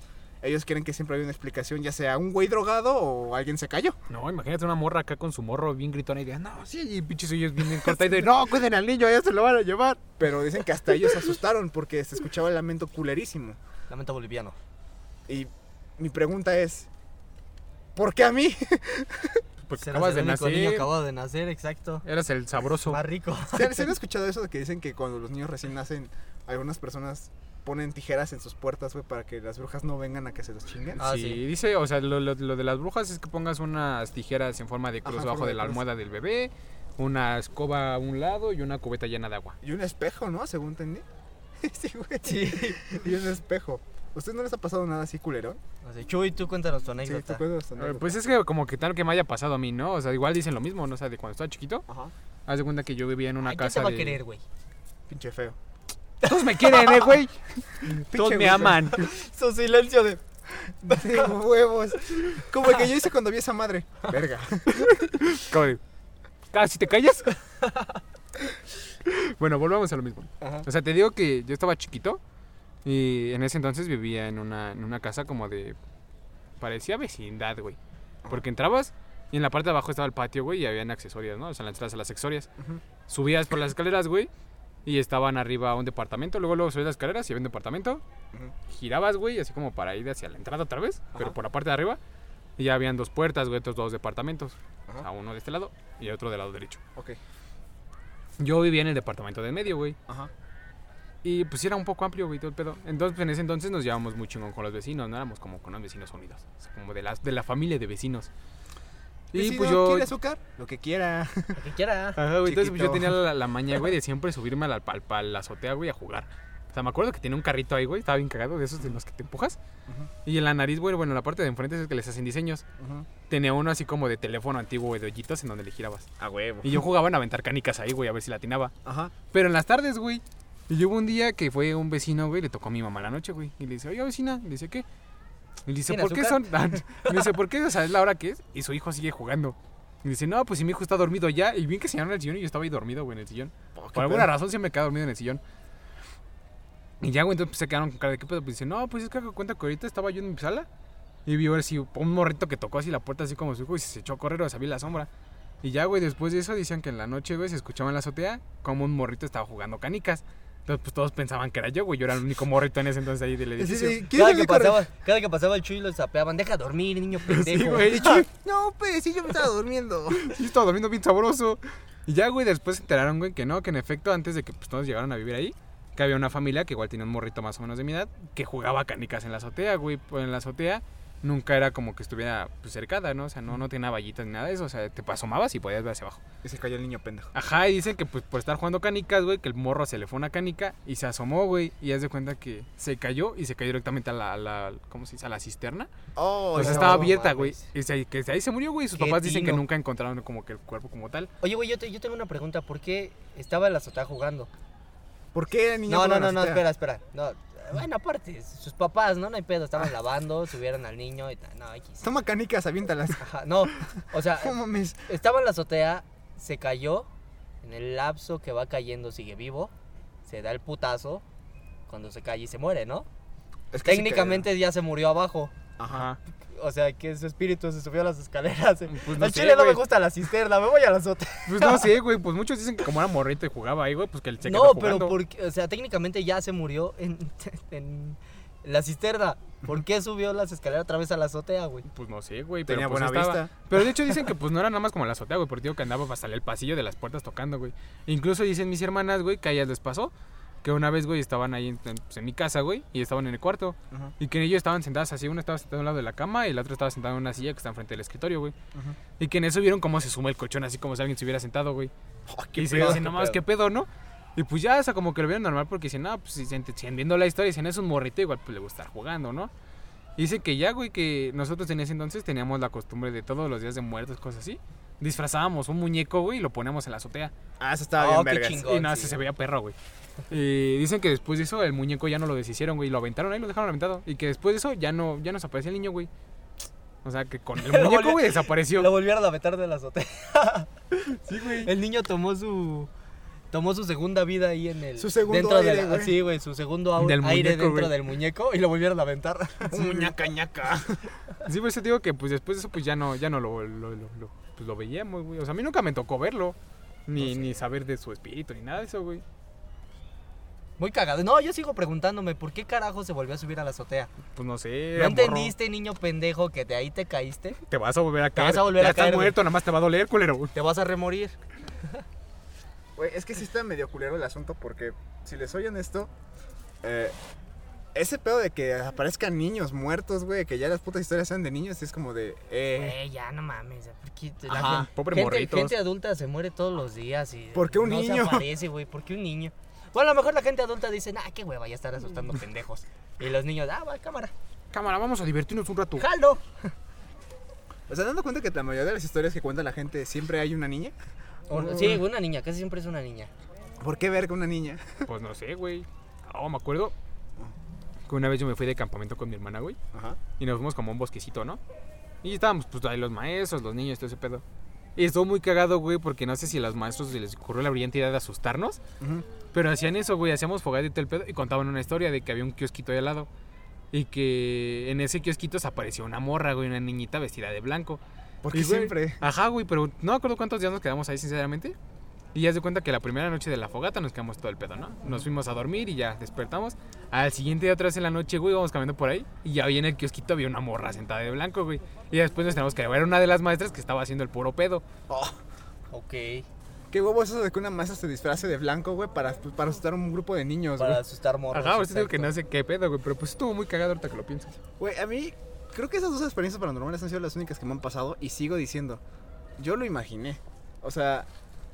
S2: Ellos creen que siempre hay una explicación, ya sea un güey drogado o alguien se cayó.
S3: No, imagínate una morra acá con su morro bien gritona y diga, no, sí, y pinches ellos bien cortados. y dice, No, cuiden al niño, ya se lo van a llevar.
S2: Pero dicen que hasta ellos se asustaron porque se escuchaba el lamento culerísimo.
S4: Lamento boliviano.
S2: Y mi pregunta es, ¿por qué a mí?
S3: Porque
S4: Serás
S3: Pues acabas
S4: el
S3: de
S4: único
S3: nacer.
S4: niño acabado de nacer, exacto.
S3: Eras el sabroso.
S4: Más rico.
S2: ¿Se han, se han escuchado eso de que dicen que cuando los niños recién nacen, algunas personas ponen tijeras en sus puertas, güey, para que las brujas no vengan a que se los chinguen?
S4: Ah,
S3: sí,
S4: sí.
S3: dice, o sea, lo, lo- lo de las brujas es que pongas unas tijeras en forma de cruz
S2: Ajá, en
S3: abajo
S2: forma
S3: de
S2: de
S3: la
S2: cruz.
S3: almohada del bebé, una escoba a un lado y una cubeta llena de agua.
S2: Y un espejo, ¿no? Según entendí. sí, güey.
S4: Sí.
S2: Y un espejo. ¿A ustedes no les ha pasado nada así culero?
S4: Así, Chuy, tú cuéntanos tu
S2: Sí,
S4: anécdota.
S2: ¿te acuerdas?
S3: Eh, Pues es que como que tal que me haya pasado a mí, ¿no? O sea, igual dicen lo mismo, ¿no? O sea, de cuando estaba chiquito.
S2: Ajá.
S3: Haz de cuenta que yo vivía en una
S4: Ay, ¿Quién
S3: casa
S4: te va
S3: de...
S4: a querer, güey?
S2: Pinche feo.
S3: Todos me quieren, ¿eh, güey? Todos
S2: Pinche
S3: me aman.
S4: Su silencio de...
S2: De huevos. Como el que yo hice cuando vi esa madre. Verga.
S3: Como de, "Ah, si te callas? bueno, volvamos a lo mismo.
S2: Ajá.
S3: O sea, te digo que yo estaba chiquito y en ese entonces vivía en una, en una casa como de... Parecía vecindad, güey. Porque entrabas y en la parte de abajo estaba el patio, güey, y habían accesorias, ¿no? O sea, en las entradas a las accesorias. Subías por las escaleras, güey, y estaban arriba un departamento. Luego, luego subías las escaleras y había un departamento. Girabas, güey, así como para ir hacia la entrada otra vez, pero por la parte de arriba. Y ya habían dos puertas, güey, otros dos departamentos. O sea, uno de este lado y otro del lado derecho.
S2: Ok.
S3: Yo vivía en el departamento de en medio, güey.
S2: Ajá.
S3: Y pues sí era un poco amplio, güey, todo el pedo. Entonces, pues, en ese entonces nos llevamos muy chingón con los vecinos, no éramos como con los vecinos unidos. O sea, como de la, de la familia de vecinos. Y
S2: si
S3: pues
S2: no
S3: yo.
S2: ¿Quiere azúcar? Lo que quiera.
S4: Lo que quiera.
S3: Ajá, güey, entonces pues, yo
S2: Chiquito.
S3: tenía la, la maña, güey, de siempre subirme a la, al- pal- la azotea, güey, a jugar. O sea, me acuerdo que tenía un carrito ahí, güey, estaba bien cagado, de esos de los que te empujas. Y en la nariz, güey, bueno, la parte de enfrente es el que les hacen diseños. Tenía uno así como de teléfono antiguo, güey, de hoyitos en donde le girabas.
S2: A huevo.
S3: Y yo jugaba en aventar canicas ahí, güey, a ver si la atinaba.
S2: Ajá.
S3: Pero en las tardes, güey. Y hubo un día que fue un vecino, güey, le tocó a mi mamá la noche, güey. Y le dice, oiga, vecina. Y le dice, ¿qué? Y le dice,
S4: ¿Tiene
S3: ¿por qué son? Me dice, ¿por qué? O sea, es la hora que es. Y su hijo sigue jugando. Y dice, no, pues si mi hijo está dormido ya. Y bien que se en el sillón y yo estaba ahí dormido, güey, en el sillón.
S2: Oh,
S3: Por alguna razón siempre me quedaba dormido en el sillón. Y ya, güey, entonces pues, se quedaron con cara de qué pedo. Pues dice, no, pues es que hago cuenta que ahorita estaba yo en mi sala. Y vi ahora sí, un morrito que tocó así la puerta, así como su hijo, y se echó a correr, o sea, vi la sombra. Y ya, güey, después de eso decían que en la noche, güey, se escuchaba en la azotea como un morrito estaba jugando canicas. Entonces, pues todos pensaban que era yo, güey. Yo era el único morrito en ese entonces ahí del
S2: Sí,
S3: edificio.
S2: sí,
S4: Cada
S2: ¿Quieres
S4: que,
S2: el corre-
S4: pasaba, cada que pasaba el Chuy lo sapeaban. Deja dormir, niño pendejo.
S3: Sí, güey.
S2: No, pues sí, yo me estaba durmiendo.
S3: Sí, estaba durmiendo bien sabroso. Y ya, güey, después se enteraron, güey, que no, que en efecto, antes de que pues, todos llegaran a vivir ahí, que había una familia que igual tenía un morrito más o menos de mi edad, que jugaba canicas en la azotea, güey. Pues en la azotea nunca era como que estuviera pues, cercada, ¿no? O sea, no, no tenía vallitas ni nada de eso. O sea, te asomabas y podías ver hacia abajo.
S2: Y se cayó el niño pendejo.
S3: Ajá, y dicen que pues por estar jugando canicas, güey, que el morro se le fue una canica y se asomó, güey, y haz de cuenta que se cayó y se cayó directamente a la, a la- ¿cómo se dice? A la cisterna.
S2: Oh,
S3: O sea,
S4: no
S3: estaba abierta,
S4: mames.
S3: güey. Y se, que de ahí se murió, güey. y Sus
S4: Qué
S3: papás dicen que
S4: tino.
S3: nunca encontraron como que el cuerpo como tal.
S4: Oye, güey, yo, te- yo tengo una pregunta. ¿Por qué estaba el azotea jugando?
S2: ¿Por qué el niño
S4: No, no,
S2: jugaba
S4: no,
S2: en la
S4: no,
S2: azotea?
S4: espera, espera. No, bueno, aparte, sus papás, ¿no? No hay pedo. Estaban lavando, subieron al niño y tal. No, X.
S2: Toma canicas, aviéntalas.
S4: Ajá, no. O sea,
S2: No mames.
S4: estaba en la azotea, se cayó. En el lapso que va cayendo sigue vivo. Se da el putazo. Cuando se cae y se muere, ¿no?
S2: Es que sí
S4: Técnicamente ya se murió abajo.
S3: Ajá.
S4: O sea, que su espíritu se subió a las escaleras.
S3: Pues no
S4: Al
S3: sé,
S4: chile no me
S3: güey.
S4: gusta la cisterna, me voy a la azotea.
S3: Pues no sé, güey. Pues muchos dicen que como era morrito y jugaba ahí, güey, pues que el se
S4: No,
S3: quedó
S4: pero
S3: jugando.
S4: porque, o sea, técnicamente ya se murió en, en la cisterna. ¿Por qué subió las escaleras otra vez a la azotea, güey?
S3: Pues no sé, güey.
S2: Tenía
S3: pero pues
S2: buena
S3: estaba-
S2: vista.
S3: Pero de hecho dicen que pues no era nada más como la azotea, güey. Porque digo que andaba hasta el pasillo de las puertas tocando, güey. Incluso dicen mis hermanas, güey, que a ellas les pasó. Que una vez, güey, estaban ahí en, en- pues, en mi casa, güey, y estaban en el cuarto.
S2: Ajá.
S3: Y que ellos estaban sentadas así, uno estaba sentado a un lado de la cama y el otro estaba sentado en una silla que está enfrente del escritorio, güey. Y que en eso vieron cómo se suma el colchón, así como si alguien se hubiera sentado, güey. y se dicen, no mames, Ah, qué pedo, ¿no? Y pues ya, o sea, como que lo vieron normal porque dicen, no, pues si, si viendo la historia, dicen, es un morrito, igual pues le gusta estar jugando, ¿no? Y dice que ya, güey, que nosotros en ese entonces teníamos la costumbre de todos los días de muertos, cosas así. Disfrazábamos un muñeco, güey, y lo poníamos en la azotea.
S2: Ah, eso estaba bien,
S4: Oh, qué
S2: vergas.
S4: chingón.
S3: Y nada,
S4: sí.
S3: se, se veía perro, güey. Y dicen que después de eso el muñeco ya no lo deshicieron, güey. y Lo aventaron ahí, lo dejaron aventado. Y que después de eso ya no, ya no desaparecía el niño, güey. O sea, que con el muñeco, güey, desapareció.
S4: Lo volvieron a meter de la azotea.
S3: Sí, güey.
S4: El niño tomó su tomó su segunda vida ahí en el
S2: Su segundo
S4: dentro de
S2: aire,
S4: la-
S2: güey.
S4: sí, güey, su segundo au-
S3: Del
S4: aire
S3: muñeco,
S4: dentro
S3: güey.
S4: del muñeco y lo volvieron a aventar.
S2: Muñaca, ñaca.
S3: Sí, por eso te digo que pues después de eso pues ya no, ya no lo, lo, lo- lo- pues, lo veíamos, güey. O sea, a mí nunca me tocó verlo. Ni, ni saber de su espíritu, ni nada de eso, güey.
S4: Muy cagado. No, yo sigo preguntándome por qué carajo se volvió a subir a la azotea.
S3: Pues no sé.
S4: ¿No
S3: era morro.
S4: entendiste, niño pendejo, que de ahí te caíste?
S3: Te vas a volver a caer.
S4: vas a volver
S3: ya
S4: a
S3: estás
S4: caer, güey.
S3: muerto, nada más te va a doler, culero.
S4: Te vas a remorir.
S2: Güey, es que sí está medio culero el asunto porque, si les soy honesto, eh, ese pedo de que aparezcan niños muertos, güey, que ya las putas historias sean de niños, es como de, eh,
S4: Güey, ya no mames. ¿por qué te-
S2: Ajá,
S4: gente,
S3: pobre
S4: gente,
S3: morritos.
S4: gente adulta se muere todos los días y
S2: ¿Por qué un
S4: no se
S2: niño?
S4: aparece, güey. ¿Por qué un niño? Bueno, a lo mejor la gente adulta dice, ah, qué hueva, ya estar asustando pendejos. Y los niños, ah, va, cámara,
S3: Cámara, vamos a divertirnos un rato.
S4: jalo.
S2: O sea, dando cuenta que la mayoría de las historias que cuenta la gente siempre hay una niña.
S4: O- sí, una niña, casi siempre es una niña.
S2: ¿Por qué verga una niña?
S3: Pues no sé, güey. Oh, me acuerdo que una vez yo me fui de campamento con mi hermana, güey.
S2: Ajá.
S3: Y nos fuimos como a un bosquecito, ¿no? Y estábamos, pues ahí los maestros, los niños, todo ese pedo. Y estuvo muy cagado, güey, porque no sé si a los maestros se les ocurrió la brillante idea de asustarnos. Pero hacían eso, güey, hacíamos fogata y todo el pedo. Y contaban una historia de que había un kiosquito ahí al lado. Y que en ese kiosquito se apareció una morra, güey, una niñita vestida de blanco.
S2: Porque
S3: Y, güey,
S2: siempre.
S3: Ajá, güey, pero no me acuerdo cuántos días nos quedamos ahí, sinceramente. Y ya se cuenta que la primera noche de la fogata nos quedamos todo el pedo, ¿no? Nos fuimos a dormir y ya despertamos. Al siguiente día, otra vez en la noche, güey, vamos caminando por ahí. Y ya hoy en el kiosquito había una morra sentada de blanco, güey. Y después nos tenemos que llevar a una de las maestras que estaba haciendo el puro pedo.
S4: Ok,
S2: Qué huevo es eso de que una masa se disfrace de blanco, güey, para, pues, para asustar a un grupo de niños,
S4: para
S2: güey.
S4: asustar morros.
S3: Ajá, ahorita digo que no
S4: exacto.
S3: sé qué pedo, güey. Pero pues estuvo muy cagado ahorita que lo piensas.
S2: Güey, a mí creo que esas dos experiencias paranormales han sido las únicas que me han pasado y sigo diciendo, yo lo imaginé. O sea,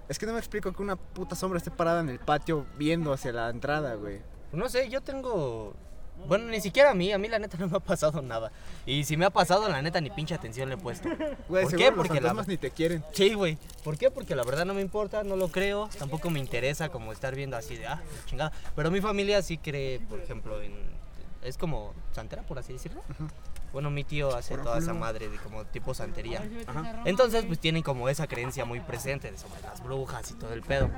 S2: es que no me explico que una puta sombra esté parada en el patio viendo hacia la entrada, güey.
S4: No sé, yo tengo... Bueno, ni siquiera a mí, a mí la neta no me ha pasado nada. Y si me ha pasado, la neta ni pinche atención le he puesto.
S2: Güey,
S4: ¿Por
S2: seguro
S4: qué?
S2: los
S4: Porque la-
S2: fantasmas ni te quieren.
S4: Sí, güey. ¿Por qué? Porque la verdad no me importa, no lo creo, tampoco me interesa como estar viendo así de, ah, chingada. Pero mi familia sí cree, por ejemplo, en... Es como santera, por así decirlo. Bueno, mi tío hace toda esa madre de como tipo santería. Entonces, pues tienen como esa creencia muy presente de sobre las brujas y todo el pedo.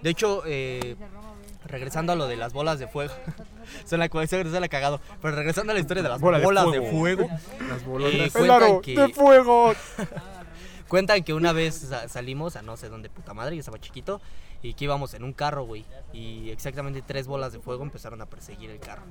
S4: De hecho, eh, regresando a lo de las bolas de fuego, se la, se la cagado, pero regresando a la historia de las bolas de fuego,
S2: Las
S4: eh,
S2: bolotas.
S4: cuentan que-
S3: fuego!
S4: Cuentan que una vez sa- salimos a no sé dónde puta madre, yo estaba chiquito, y que íbamos en un carro, güey. Y exactamente tres bolas de fuego empezaron a perseguir el carro.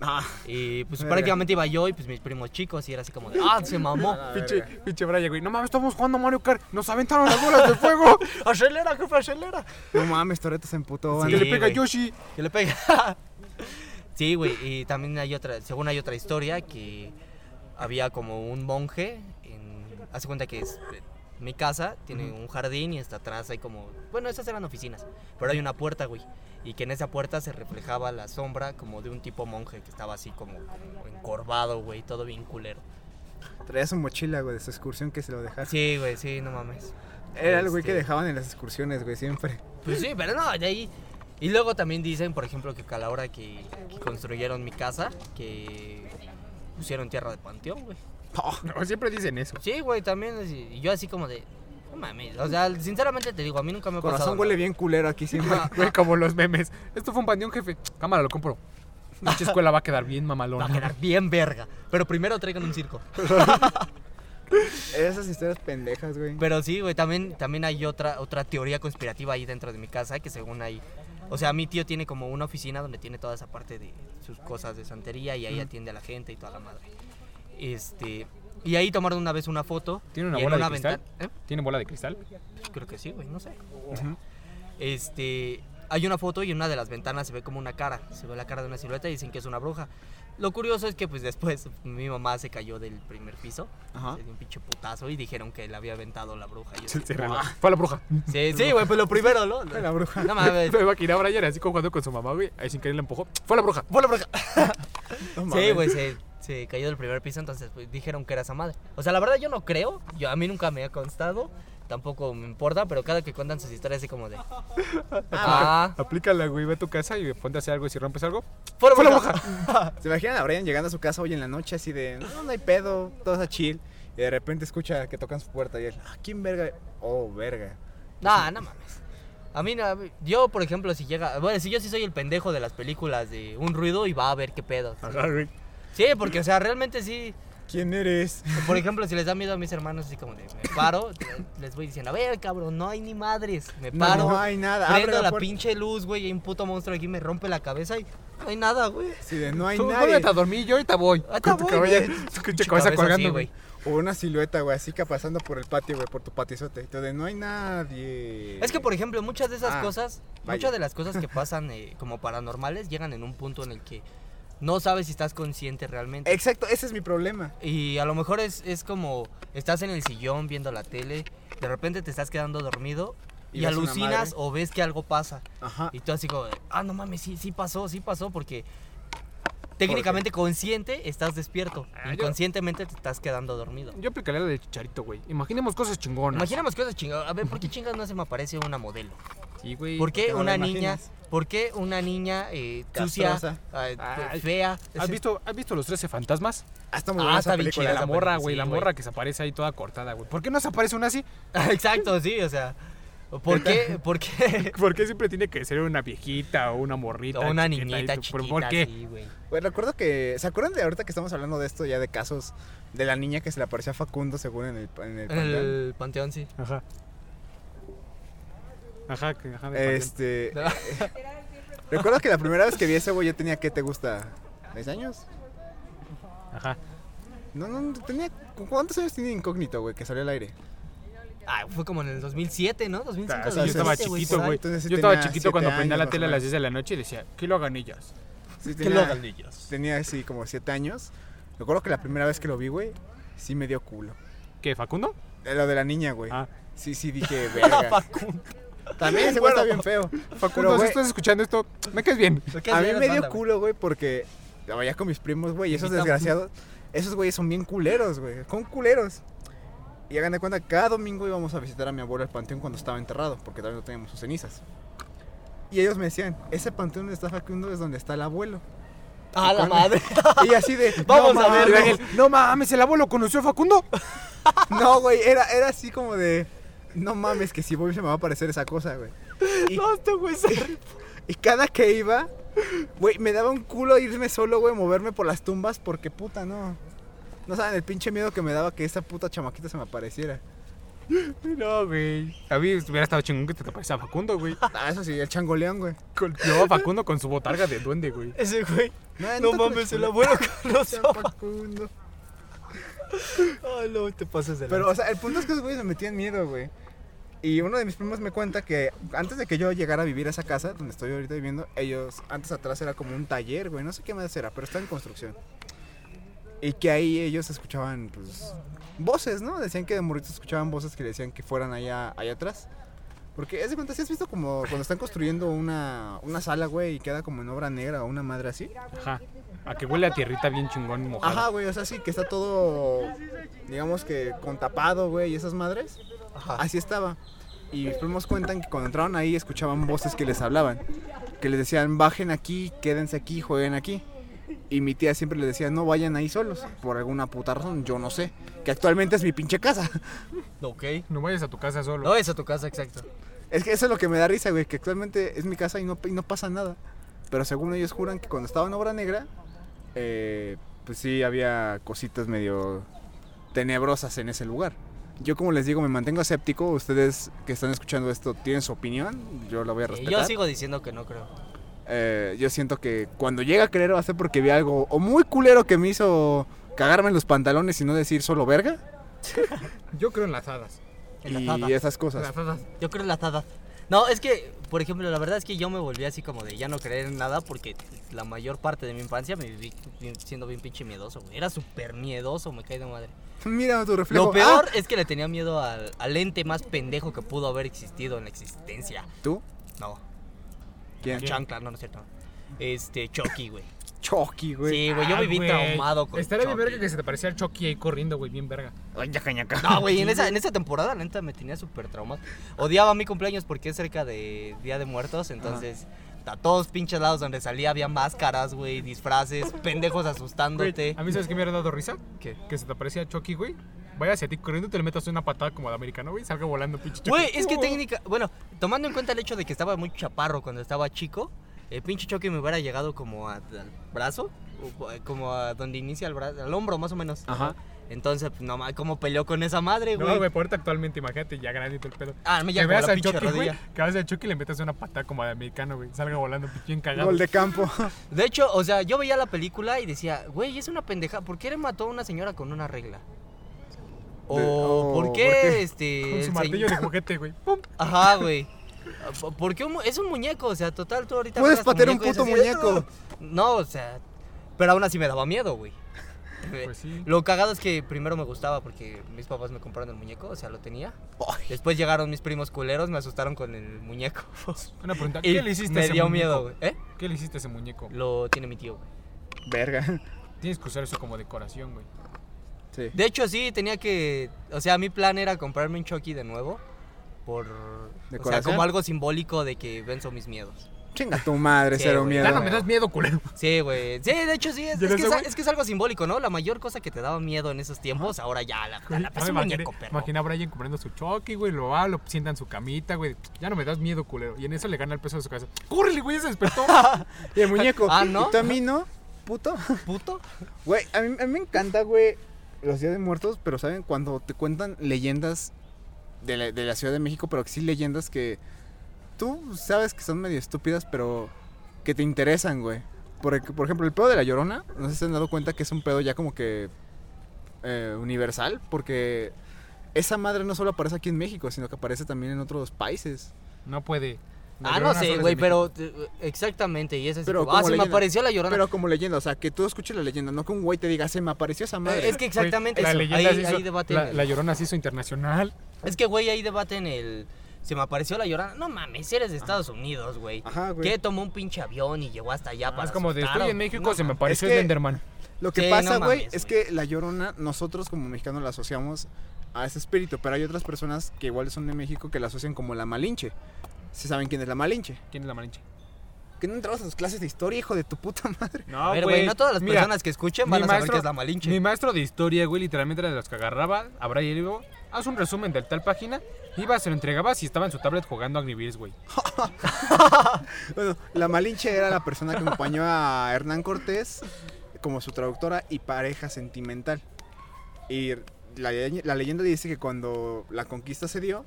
S2: Ah,
S4: Y pues
S2: Verga.
S4: prácticamente iba yo y pues mis primos chicos, y era así como de, ah, se mamó.
S3: Pinche, pinche Brian, güey. No mames, estamos jugando Mario Kart. Nos aventaron las bolas de fuego.
S4: acelera, jefe, acelera.
S2: no mames, Toreto se emputó.
S4: Sí,
S3: que le pega
S4: güey.
S3: Yoshi.
S4: Que le pega. sí, güey, y también hay otra, según hay otra historia, que había como un monje, en, hace cuenta que es eh, mi casa, tiene un jardín y hasta atrás hay como, bueno, esas eran oficinas, pero hay una puerta, güey, y que en esa puerta se reflejaba la sombra como de un tipo monje que estaba así como, como encorvado, güey, todo bien culero.
S2: Traía su mochila, güey, de su excursión que se lo dejaron.
S4: Sí, güey, sí, no mames.
S2: Era el güey que
S4: Este-
S2: dejaban en las excursiones, güey, siempre.
S4: Pues sí, pero no, de ahí. Y luego también dicen, por ejemplo, que a la hora que, que construyeron mi casa, que pusieron tierra de panteón, güey.
S3: No, siempre dicen eso.
S4: Sí, güey, también. así- Y yo así como de, no mames. O sea, sinceramente te digo, a mí nunca me ha pasado.
S2: Corazón huele bien culero aquí siempre.
S4: nada.
S3: Güey, como los memes. Esto fue un panteón, jefe. Cámara, lo compro. Mucha escuela va a quedar bien
S4: Va a
S3: mamalona.
S4: quedar bien verga. Pero primero traigan un circo.
S2: Esas historias pendejas, güey.
S4: Pero sí, güey, también, también hay otra, otra teoría conspirativa ahí dentro de mi casa que según hay... O sea, mi tío tiene como una oficina donde tiene toda esa parte de sus cosas de santería y ahí atiende a la gente y toda la madre. Este... Y ahí tomaron una vez una foto.
S3: ¿Tiene una
S4: y en
S3: bola de cristal?
S4: ventana- ¿Eh?
S3: ¿Tiene bola de cristal?
S4: Pues creo que sí, güey, no sé. Este, hay una foto y en una de las ventanas se ve como una cara, se ve la cara de una silueta y dicen que es una bruja. Lo curioso es que pues después mi mamá se cayó del primer piso,
S2: Ajá.
S4: se dio un pinche putazo y dijeron que le había aventado la bruja. Y yo
S3: Ah. Se-
S4: así,
S3: se reló. Fue a la bruja.
S4: sí, sí, güey, pues lo primero, ¿no?
S2: La bruja.
S4: No mames.
S3: Me imaginé a Brian así como jugando con su mamá, güey. Ahí sin querer la empujó. Fue a la bruja.
S4: Fue la bruja.
S2: No
S4: Sí,
S2: mames.
S4: güey, se, se cayó del primer piso, entonces pues, dijeron que era esa madre. O sea, la verdad yo no creo, yo, a mí nunca me ha constado, tampoco me importa, pero cada que cuentan sus historias así como de... Ah,
S3: Aplícala, güey. Ve a tu casa y ponte a hacer algo. Y si rompes algo,
S4: fue la
S3: fue la
S4: bruja.
S3: bruja.
S2: ¿Se imaginan a Brian llegando a su casa hoy en la noche así de, no, no hay pedo, todo está chill? Y de repente escucha que tocan su puerta y él, ah, ¿quién verga? Oh, verga.
S4: No, no mames. A mí, no, a mí- yo, por ejemplo, si llega. Bueno, si yo sí soy el pendejo de las películas de un ruido y va a ver qué pedo.
S3: Ajá, güey.
S4: Sí, porque, o sea, realmente sí.
S2: ¿Quién eres?
S4: Por ejemplo, si les da miedo a mis hermanos, así como de me paro, les voy diciendo, a ver, cabrón, no hay ni madres. Me paro.
S2: No hay nada. Ah, Abre
S4: Prendo
S2: la,
S4: la,
S2: puerta.
S4: pinche luz, güey, y hay un puto monstruo aquí me rompe la cabeza y no hay nada, güey.
S2: Así de, no hay
S3: Tú
S2: nadie.
S3: vuélvete a dormir. Yo ahorita voy.
S4: Ahorita
S3: Con tu
S4: voy,
S3: cabeza-
S4: güey.
S3: tu pinche cabeza colgando, güey.
S2: O una silueta, güey, así que pasando por el patio, güey, por tu patizote. Y tú de, no hay nadie.
S4: Es que, por ejemplo, muchas de esas
S2: Ah,
S4: cosas,
S2: vaya.
S4: muchas de las cosas que pasan eh, como paranormales llegan en un punto en el que no sabes si estás consciente realmente.
S2: Exacto, ese es mi problema.
S4: Y a lo mejor es, es como estás en el sillón viendo la tele, de repente te estás quedando dormido y,
S2: ves una
S4: alucinas
S2: madre.
S4: o ves que algo pasa.
S2: Ajá.
S4: Y tú así como, de, ah, no mames, sí, sí pasó, sí pasó, porque técnicamente consciente estás despierto,
S3: Ah, yo-
S4: inconscientemente te estás quedando dormido.
S3: Yo aplicaría la de chicharito, güey. Imaginemos cosas chingonas.
S4: Imaginemos cosas chingadas. A ver, ¿por qué chingas no se me aparece una modelo?
S8: Sí, güey.
S4: ¿Por qué
S9: porque no
S4: una
S9: la
S4: niña,
S9: imaginas.
S4: por qué una niña eh, sucia,
S9: Castrosa.
S4: eh,
S3: Ah, Ay.
S4: fea?
S3: ¿Has visto, ¿Has visto los 13 fantasmas?
S2: Ah, está muy
S4: Ah,
S2: buena
S4: está
S2: esa
S4: bien
S2: película.
S4: chida
S3: la
S4: esa
S3: morra,
S4: película,
S3: güey.
S4: sí,
S3: la
S4: güey.
S3: morra que se aparece ahí toda cortada, güey. ¿Por qué no se aparece una así?
S4: Exacto, sí, o sea, ¿por qué, por qué
S3: ¿Por qué siempre tiene que ser una viejita o una morrita?
S4: o una
S3: chiquita ahí?
S4: niñita
S3: ¿Por-
S4: chiquita?
S3: ¿Por qué?
S4: sí, güey.
S2: Güey, recuerdo que. ¿Se acuerdan de ahorita que estamos hablando de esto ya de casos de la niña que se le apareció a Facundo según en el. En el
S4: En
S2: panteón?
S4: el panteón, sí.
S3: Ajá. Ajá, que- ajá. de
S2: Este. recuerdo que la primera vez que vi eso, güey, yo tenía, ¿qué te gusta? ¿10 años?
S3: panteón. Ajá.
S2: No, no, no, tenía. ¿cu- ¿Cuántos años tiene incógnito, güey, que salió al aire?
S4: Ah, fue como en el 2007, ¿no? 2005,
S3: O sea, Ah, yo
S2: sí,
S4: 2007,
S3: estaba
S2: sí,
S3: chiquito,
S4: por ahí.
S3: güey.
S2: Entonces sí
S3: Yo estaba
S2: tenía
S3: chiquito cuando
S2: siete
S3: prendía la
S2: años,
S3: tele a
S2: más o
S3: las
S2: menos.
S3: 10 de la noche y decía, ¿qué lo hagan ellas?
S2: Sí,
S8: ¿Qué
S2: tenía,
S8: lo hagan ellas?
S2: tenía así como 7 años. Recuerdo que la primera vez que lo vi, güey, sí me dio culo.
S3: ¿Qué, Facundo?
S2: Eh, Lo de la niña, güey.
S3: Ah.
S2: Sí, sí, dije, verga. También ese güey está bien feo. Pero,
S3: Facundo, si
S2: güey,
S3: estás escuchando esto, me caes bien.
S8: ¿Por qué
S2: A
S8: así
S2: mí
S8: nos
S2: me dio
S8: manda, güey?
S2: culo, güey, porque la vaya con mis primos, güey, y esos
S8: Invitamos.
S2: desgraciados, esos güeyes son bien culeros, güey, con culeros. Y hagan de cuenta, cada domingo íbamos a visitar a mi abuelo al panteón cuando estaba enterrado, porque todavía no teníamos sus cenizas. Y ellos me decían, ese panteón donde está Facundo es donde está el abuelo.
S4: Ah, la madre.
S2: Y así de,
S4: Vamos
S2: no,
S4: a ver,
S2: mames,
S4: Daniel.
S3: No mames, el abuelo conoció a Facundo.
S2: No, güey, era, era así como de, no mames, que si voy se me va a aparecer esa cosa, güey.
S4: No, este güey se rifó.
S2: Y cada que iba, güey, me daba un culo irme solo, güey, moverme por las tumbas porque puta, no. No saben el pinche miedo que me daba que esa puta chamaquita se me apareciera.
S3: No, güey. A mí hubiera estado chingón que te apareciera Facundo, güey.
S2: Ah, eso sí, el changoleón, güey.
S3: Golpeó a Facundo con su botarga de duende, güey.
S4: Ese güey.
S2: No,
S4: No
S2: tanto
S4: mames,
S2: de
S4: el abuelo
S2: changoleón,
S4: conoció.
S2: Facundo.
S4: Ay, no, te pasas de
S2: Pero, o sea, el punto es que los güeyes me metían miedo, güey. Y uno de mis primos me cuenta que antes de que yo llegara a vivir a esa casa donde estoy ahorita viviendo, ellos, antes atrás era como un taller, güey, no sé qué más era, pero está en construcción. Y que ahí ellos escuchaban, pues, voces, ¿no? Decían que de morritos escuchaban voces que le decían que fueran allá, allá atrás. Porque, es de cuenta, si has visto como cuando están construyendo una, una sala, güey, y queda como en obra negra o una madre así.
S3: Ajá. A que huele a tierrita bien chingón mojada.
S2: Ajá, güey, o sea, sí, que está todo, digamos que con tapado, güey, y esas madres. Así estaba. Y mis primos cuentan que cuando entraron ahí escuchaban voces que les hablaban, que les decían, bajen aquí, quédense aquí, jueguen aquí. Y mi tía siempre les decía, no vayan ahí solos, por alguna puta razón, yo no sé, que actualmente es mi pinche casa.
S4: Ok.
S3: No vayas a tu casa solo.
S4: No, es a tu casa, exacto. Eh,
S2: Es que eso es lo que me da risa, güey, que actualmente es mi casa y no, y no pasa nada. Pero según ellos juran que cuando estaba en Obra Negra, eh, pues sí había cositas medio tenebrosas en ese lugar. Yo como les digo, me mantengo escéptico. Ustedes que están escuchando esto tienen su opinión, yo la voy a
S4: Eh,
S2: respetar.
S4: Yo sigo diciendo que no creo.
S2: Eh, yo siento que cuando llega a creer va a ser porque vi algo o muy culero que me hizo cagarme en los pantalones y no decir solo verga
S3: Yo creo en las hadas.
S4: En las
S2: y
S4: hadas.
S2: esas cosas.
S4: Yo creo en las hadas. No, es que, por ejemplo, la verdad es que yo me volví así como de ya no creer en nada porque la mayor parte de mi infancia me viví bien- siendo bien pinche miedoso, güey. Era súper miedoso, me caí de madre.
S2: Mira tu reflejo.
S4: Lo
S2: Ah,
S4: peor es que le tenía miedo al, al ente más pendejo que pudo haber existido en la existencia.
S2: Ah, ¿Tú?
S4: No,
S2: ¿Quién?
S4: chancla, no, no es cierto. Este, Chucky, güey.
S2: Chucky, güey.
S4: Sí, güey, yo viví traumado con
S3: Ah, Estaría bien
S4: Chucky.
S3: verga que se te parecía el Chucky ahí corriendo, güey, bien verga.
S4: No, güey, en esa, en esa temporada, la neta, me tenía súper traumado. Odiaba mi cumpleaños porque es cerca de Día de Muertos, entonces... A todos pinches lados donde salía había máscaras, güey, disfraces, pendejos asustándote.
S3: A mí, ¿sabes qué me hubiera dado risa?
S4: ¿Qué?
S3: Que se te parecía Chucky, güey. Vaya hacia ti corriendo, te le metas una patada como de americano, güey, y salga volando, pinche Chucky.
S4: Güey, es que técnica... Bueno, tomando en cuenta el hecho de que estaba muy chaparro cuando estaba chico, el pinche choque me hubiera llegado como a- al brazo, o, eh, como a donde inicia el brazo, al hombro más o menos.
S2: Ajá.
S4: Entonces, pues, no mames, ¿cómo peleó con esa madre,
S3: No,
S4: güey?
S3: güey, por ahorita actualmente, imagínate, ya grande y todo el pedo.
S4: ah, me
S3: Que
S4: llegó
S3: veas
S4: la
S3: al
S4: pinche
S3: Chucky, güey.
S4: rodilla.
S3: Que veas al Chucky y le metas una patada como de americano, güey. Salga volando, pinche bien cagado.
S2: Gol de campo.
S4: De hecho, o sea, yo veía la película y decía, güey, es una pendeja. ¿Por qué le mató a una señora con una regla? O
S2: De- oh,
S4: ¿por, qué,
S2: ¿por qué?
S4: este.
S3: Con
S4: el
S3: su
S4: señ-
S3: martillo de juguete, güey. ¡Pum!
S4: Ajá, güey. ¿Por qué un mu- es un muñeco? O sea, total, tú ahorita.
S2: Puedes
S4: juegas con
S2: patear un
S4: muñeco y
S2: puto
S4: dices,
S2: muñeco.
S4: No, o sea. Pero aún así me daba miedo, güey.
S3: Pues sí.
S4: Lo cagado es que primero me gustaba porque mis papás me compraron el muñeco, o sea, lo tenía.
S10: Ay.
S4: Después llegaron mis primos culeros, me asustaron con el muñeco.
S3: Una pregunta,
S4: Y
S3: ¿qué le hiciste a
S4: Me
S3: ese
S4: dio
S3: muñeco?
S4: miedo, güey. ¿Eh?
S3: ¿Qué le hiciste a ese muñeco?
S4: Lo tiene mi tío, güey.
S2: Verga.
S3: Tienes que usar eso como decoración, güey.
S2: Sí.
S4: De hecho, sí, tenía que. O sea, mi plan era comprarme un Chucky de nuevo. Por. O sea,
S2: ¿Decoración?
S4: como algo simbólico de que venzo mis miedos.
S2: Chinga tu madre,
S4: Sí,
S2: cero
S4: güey.
S2: miedo.
S4: Ya no me das
S3: miedo, culero.
S4: Sí, güey. Sí, de hecho, sí. Es,
S3: ¿Ya
S4: es
S3: ves,
S4: que, es,
S3: güey?
S4: es que es algo simbólico, ¿no? La mayor cosa que te daba miedo en esos tiempos, ahora ya, la, la, la
S3: Ah,
S4: pez
S3: me imaginé-
S4: muñeco, perro.
S3: Imagina a Brian comprando su choque, güey, lo va, lo sienta en su camita, güey. Ya no me das miedo, culero. Y en eso le gana el peso de su cabeza. ¡Córrele, güey! Ya se despertó.
S2: Y el muñeco.
S4: Ah, ¿no?
S2: ¿Y tú a mí no? Puto.
S4: ¿Puto?
S2: Güey, a mí, a mí me encanta, güey, los días de muertos, pero ¿saben? Cuando te cuentan leyendas de la, de la Ciudad de México, pero que sí leyendas que tú sabes que son medio estúpidas, pero que te interesan, güey. Por, ej- por ejemplo, el pedo de la llorona, no sé si se han dado cuenta que es un pedo ya como que eh, universal, porque esa madre no solo aparece aquí en México, sino que aparece también en otros países.
S3: No puede. La
S4: Ah, no
S3: Llorona solo
S4: sé,
S3: es de
S4: güey,
S3: México.
S4: pero. eh, Exactamente, y ese es.
S2: Pero
S4: como,
S2: como
S4: ah, se me
S2: leyenda.
S4: apareció la llorona.
S2: Pero como leyenda, o sea, que tú escuches la leyenda, no que un güey te diga, se me apareció esa
S4: Eh,
S2: madre.
S4: es que exactamente.
S3: Güey, la
S4: eso,
S3: leyenda
S4: ahí,
S3: se hizo-
S4: ahí debate. en
S3: La,
S4: el-
S3: la llorona se hizo internacional.
S4: Es que, güey, ahí debate en el. Se me apareció la llorona. No mames, si eres de Estados Unidos, güey.
S2: Ajá, güey.
S4: ¿Qué tomó un pinche avión y llegó hasta allá para
S3: Ah, es como de
S4: asustar
S3: estoy
S4: o-
S3: en México,
S4: No
S3: se me
S4: mames.
S3: apareció
S2: Es que-
S3: Slenderman.
S2: Lo que
S4: Sí,
S2: pasa,
S4: no
S2: güey,
S4: mames,
S2: es
S4: güey.
S2: que la llorona, nosotros como mexicanos la asociamos a ese espíritu, pero hay otras personas que igual son de México que la asocian como la malinche. Si saben quién es la malinche.
S3: ¿Quién es la malinche?
S2: Que no entrabas a sus clases de historia, hijo de tu puta madre.
S3: No,
S4: A ver, güey, no todas las personas que escuchen van
S3: mi
S4: a saber
S3: maestro-
S4: que es la malinche.
S3: Mi maestro de historia, güey, literalmente era de los que agarraba a Brian y digo, haz un resumen de tal página, iba, se lo entregaba si estaba en su tablet jugando Angry Birds, güey.
S2: Bueno, la malinche era la persona que acompañó a Hernán Cortés como su traductora y pareja sentimental. Y la, le- la leyenda dice que cuando la conquista se dio,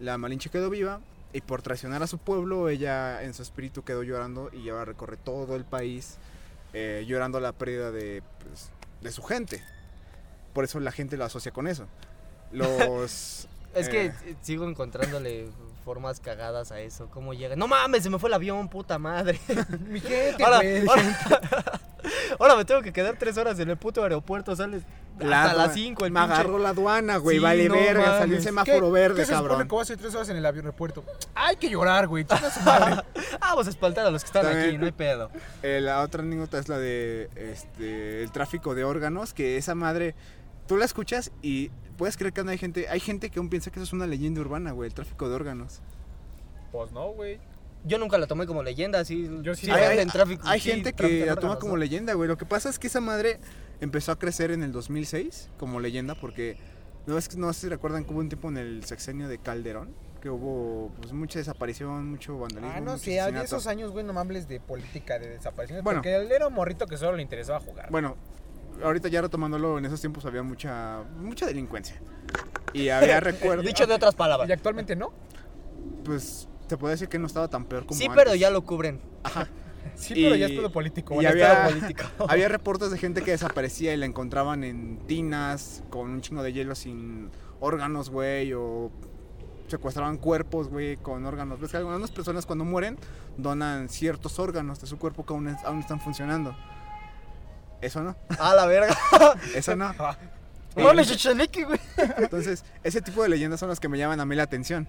S2: la malinche quedó viva y por traicionar a su pueblo, ella en su espíritu quedó llorando y ahora recorre todo el país eh, llorando la pérdida de, pues, de su gente. Por eso la gente lo asocia con eso. Los...
S4: Es que
S2: eh,
S4: eh, sigo encontrándole formas cagadas a eso. ¿Cómo llega? No mames, se me fue el avión, puta madre. Mi gente, ahora, ahora, ahora me tengo que quedar tres horas en el puto aeropuerto. Sales hasta
S2: adua-
S4: las cinco. El
S2: Me
S4: pinche-
S2: agarró la aduana, güey.
S4: Sí,
S2: vale
S4: no
S2: verga. Salió
S4: mames.
S2: un semáforo verde,
S3: ¿Qué se supone
S2: cabrón.
S3: que voy a hacer tres horas en el aeropuerto? Hay que llorar, güey. chinga su madre.
S4: Ah, vamos a espaltar a los que están
S2: También.
S4: aquí, no hay pedo.
S2: Eh, la otra anécdota es la de este, el tráfico de órganos, que esa madre, tú la escuchas y puedes creer que no hay gente, hay gente que aún piensa que eso es una leyenda urbana, güey, el tráfico de órganos.
S3: pues no, güey.
S4: Yo nunca la tomé como leyenda, así.
S3: Yo sí.
S4: venden
S2: hay hay-
S4: tráfico,
S2: hay
S4: sí,
S2: gente
S4: tráfico
S2: que
S4: de
S2: la toma
S4: órganos,
S2: como
S4: ¿no?
S2: leyenda, güey. Lo que pasa es que esa madre empezó a crecer en el 2006 como leyenda porque no es no sé si recuerdan que hubo un tiempo en el sexenio de Calderón que hubo pues, mucha desaparición, mucho vandalismo,
S3: Ah, no
S2: mucho
S3: sé, había
S2: asesinato.
S3: esos años, güey, no mames de política, de desapariciones.
S2: Bueno.
S3: Porque él era un morrito que solo le interesaba jugar.
S2: Bueno, ahorita ya retomándolo, en esos tiempos había mucha mucha delincuencia. Y había recuerdo.
S4: Dicho de otras palabras.
S3: Y actualmente no.
S2: Pues te puedo decir que no estaba tan peor como
S4: Sí,
S2: antes.
S4: pero ya lo cubren.
S3: Sí,
S2: Y-
S3: pero ya es todo político.
S2: y
S3: güey.
S2: había, había reportes de gente que desaparecía y la encontraban en tinas con un chingo de hielo sin órganos, güey, o secuestraban cuerpos, güey, con órganos. Ves que algunas personas cuando mueren donan ciertos órganos de su cuerpo que aún, es- aún están funcionando. Eso no,
S4: A la verga.
S2: eso no.
S4: Órale, chichaleque, güey.
S2: Entonces, ese tipo de leyendas son las que me llaman a mí la atención.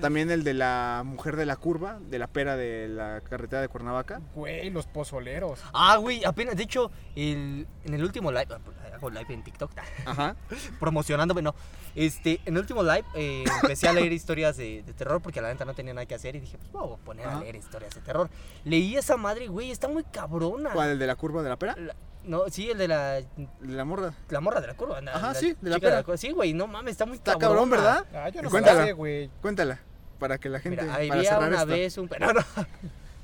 S2: También el de la mujer de la curva, de la pera de la carretera de Cuernavaca.
S3: Güey, los pozoleros.
S4: Ah, güey, apenas, de hecho, el- en el último live, ah, hago live en TikTok,
S2: Ajá.
S4: promocionándome, no. Este, en el último live eh, empecé a leer historias de, de terror porque la neta no tenía nada que hacer y dije, pues voy a poner a
S2: Ajá.
S4: leer historias de terror. Leí esa madre, güey, está muy cabrona.
S2: ¿Cuál? ¿El de la curva de la pera?
S4: La- no, sí, el de la,
S2: De la morra.
S4: la morra de la curva.
S2: Ajá,
S4: la
S2: sí, de la
S4: chica
S2: pera.
S4: curva. Sí, güey, no mames, está muy
S2: Está cabrón,
S4: cabrona.
S2: ¿verdad?
S3: Ah, yo
S2: Y
S3: no me
S2: cuéntala.
S3: la sé, güey.
S2: Cuéntala. Para que la gente.
S4: Mira,
S2: para
S4: había
S2: cerrar
S4: una
S2: esto.
S4: vez un... No, no.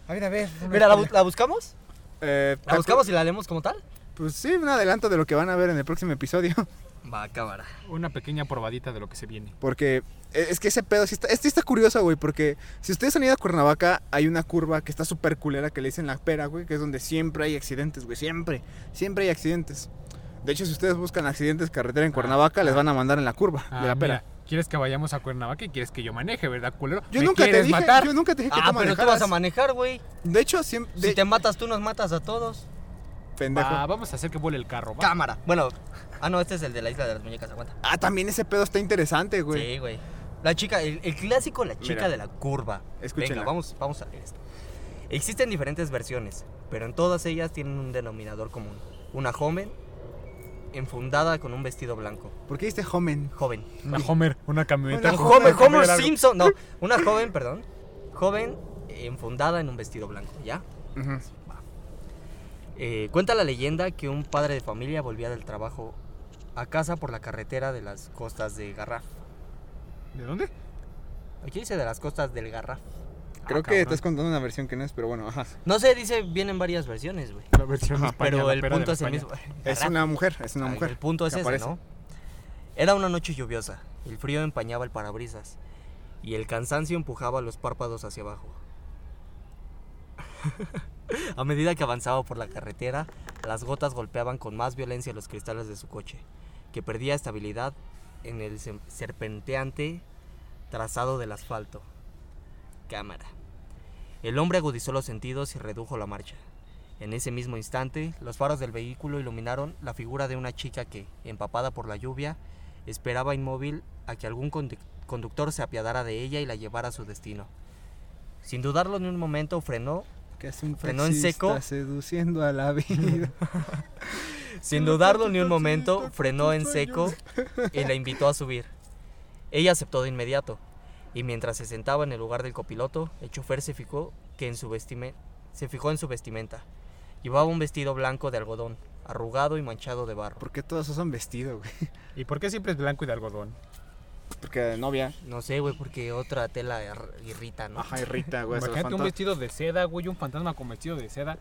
S3: A ver, a ver. una
S4: Mira, ¿la, bu-
S3: historia.
S4: la buscamos?
S2: Eh,
S4: ¿La buscamos y la leemos como tal?
S2: Pues sí, un adelanto de lo que van a ver en el próximo episodio.
S4: Va, cámara.
S3: Una pequeña probadita de lo que se viene.
S2: Porque e, es que ese pedo sí está, este está curioso, güey. Porque si ustedes han ido a Cuernavaca, hay una curva que está súper culera que le dicen la pera, güey. Que es donde siempre hay accidentes, güey. Siempre, siempre hay accidentes. De hecho, si ustedes buscan accidentes carretera en Cuernavaca, les van a mandar en la curva
S3: Ah,
S2: de la pera.
S3: mira, quieres que vayamos a Cuernavaca y quieres que yo maneje, ¿verdad, culero?
S2: Yo
S3: ¿Me
S2: nunca te
S3: quieres
S2: dije,
S3: matar?
S2: yo nunca te dije que
S4: Ah,
S2: tú
S4: pero tú vas a
S2: manejaras.
S4: manejar, güey.
S2: De hecho, siempre.
S4: Si te matas tú, nos matas a todos.
S2: pendejo.
S3: Va, vamos a hacer que vuele el carro, va.
S4: Cámara. Bueno, ah, no, este es el de la isla de las muñecas, aguanta.
S2: Ah, también ese pedo está interesante, güey.
S4: Sí, güey. La chica, el, el clásico la chica
S2: Mira.
S4: de la curva.
S2: Escúchenla.
S4: Venga, vamos, vamos a leer esto. Existen diferentes versiones, pero en todas ellas tienen un denominador común. Una joven enfundada con un vestido blanco.
S2: ¿Por qué dijiste Homen?
S4: Joven.
S3: Una Homer, una camioneta.
S4: Una
S3: Homer,
S4: joven, Homer
S3: algo.
S4: Simpson. No, una joven, perdón. Joven eh, enfundada en un vestido blanco, ¿ya? Eh, cuenta la leyenda que un padre de familia volvía del trabajo a casa por la carretera de las costas de Garraf.
S3: ¿De dónde?
S4: Aquí dice de las costas del Garraf.
S2: Creo que
S3: Ah, cabrón.
S2: estás contando una versión que no es, pero bueno, ajá.
S4: No sé, dice, vienen varias versiones, güey.
S3: La versión de España,
S4: Pero
S3: la
S4: el
S3: pera de
S4: punto es el
S3: España.
S4: mismo.
S2: Es
S4: Garraf.
S2: una mujer, es una
S4: Ah,
S2: mujer.
S4: El punto es
S2: que
S4: ese,
S2: aparece.
S4: ¿no? Era una noche lluviosa. El frío empañaba el parabrisas y el cansancio empujaba los párpados hacia abajo. a medida que avanzaba por la carretera, las gotas golpeaban con más violencia los cristales de su coche, que perdía estabilidad en el sem- serpenteante trazado del asfalto. Cámara. El hombre agudizó los sentidos y redujo la marcha. En ese mismo instante, los faros del vehículo iluminaron la figura de una chica que, empapada por la lluvia, esperaba inmóvil a que algún condu- conductor se apiadara de ella y la llevara a su destino. Sin dudarlo ni un momento, frenó.
S2: Que es un
S4: Frenó en
S2: taxista
S4: seco.
S2: seduciendo a la vida.
S4: Sin dudarlo ni un momento, frenó en seco y la invitó a subir. Ella aceptó de inmediato, y mientras se sentaba en el lugar del copiloto, el chofer se fijó, que en su vestime- se fijó en su vestimenta. Llevaba un vestido blanco de algodón, arrugado y manchado de barro.
S2: ¿Por qué todos usan vestido, güey?
S3: ¿Y por qué siempre es blanco y de algodón?
S2: Porque de novia.
S4: No sé, güey, porque otra tela ir- irrita, ¿no?
S2: Ajá, irrita, Ah, güey. se los
S3: Imagínate un
S2: fantasmas.
S3: vestido de seda, güey, un fantasma con vestido de seda.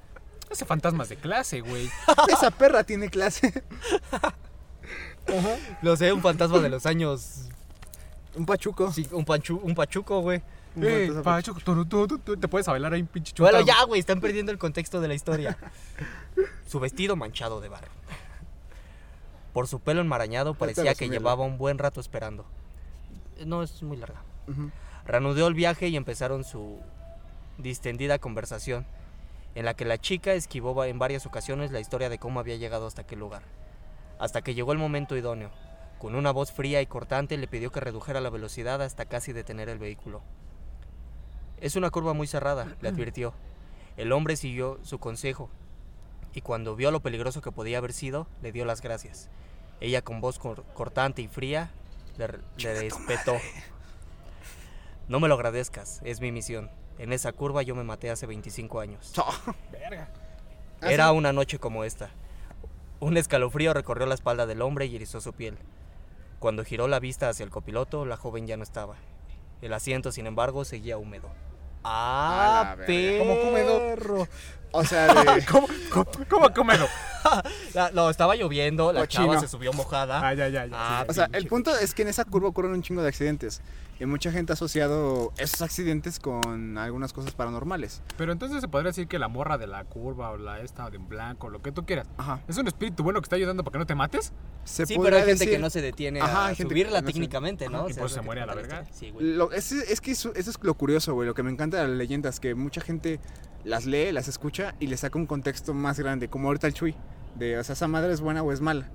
S3: Ese fantasma es de clase, güey.
S2: Esa perra tiene clase.
S4: Lo sé, un fantasma de los años.
S2: Un pachuco.
S4: Sí, un, panchu- un pachuco, güey.
S2: Un
S3: Eh,
S2: fantasma
S3: Pacho, tú, tú, tú, tú, te puedes bailar ahí un pinche chuta.
S4: Bueno, ya, güey, están perdiendo el contexto de la historia. Su vestido manchado de barro. Por su pelo enmarañado parecía que
S2: asumirlo.
S4: llevaba un buen rato esperando. No, es muy larga.
S2: Ujú.
S4: Reanudó el viaje y empezaron su distendida conversación, en la que la chica esquivó va- en varias ocasiones la historia de cómo había llegado hasta aquel lugar. Hasta que llegó el momento idóneo. Con una voz fría y cortante le pidió que redujera la velocidad hasta casi detener el vehículo. Es una curva muy cerrada, le advirtió. El hombre siguió su consejo y cuando vio lo peligroso que podía haber sido, le dio las gracias. Ella con voz cor- cortante y fría le, re- le espetó. No me lo agradezcas, es mi misión. En esa curva yo me maté hace 25 años.
S2: ¿Ah,
S4: Era una noche como esta. Un escalofrío recorrió la espalda del hombre y erizó su piel. Cuando giró la vista hacia el copiloto, la joven ya no estaba. El asiento, sin embargo, seguía húmedo.
S2: A
S4: ¡Ah,
S2: la verga.
S4: perro!
S2: ¿Cómo O sea, de...
S3: ¿Cómo, cómo, cómo cómelo?
S4: La- no, estaba lloviendo, la chava
S2: Cochino.
S4: se subió mojada.
S3: Ah, ya, ya, ya.
S4: Ah,
S2: O sea, el
S4: pinche-
S2: punto es que en esa curva ocurren un chingo de accidentes. Y mucha gente ha asociado esos accidentes con algunas cosas paranormales.
S3: Pero entonces se podría decir que la morra de la curva o la esta de en blanco, lo que tú quieras,
S2: Ajá.
S3: es un espíritu bueno que está ayudando para que no te mates.
S2: Se
S4: Sí, pero
S2: podría
S4: hay gente que
S2: decir-
S4: no se detiene
S2: Ajá,
S4: a
S2: hay gente que
S4: subirla
S2: no se-
S4: técnicamente, ¿no?
S3: Ajá, Ah, y por
S4: es
S3: eso
S4: lo que
S3: muere a la
S4: cuenta
S3: verga.
S4: historia. Sí, güey.
S2: Lo- es, es que eso, eso es lo curioso, güey. Lo que me encanta de las leyendas, que mucha gente las lee, las escucha y le saca un contexto más grande, como ahorita el Chuy. De, o sea, esa madre es buena o es mala.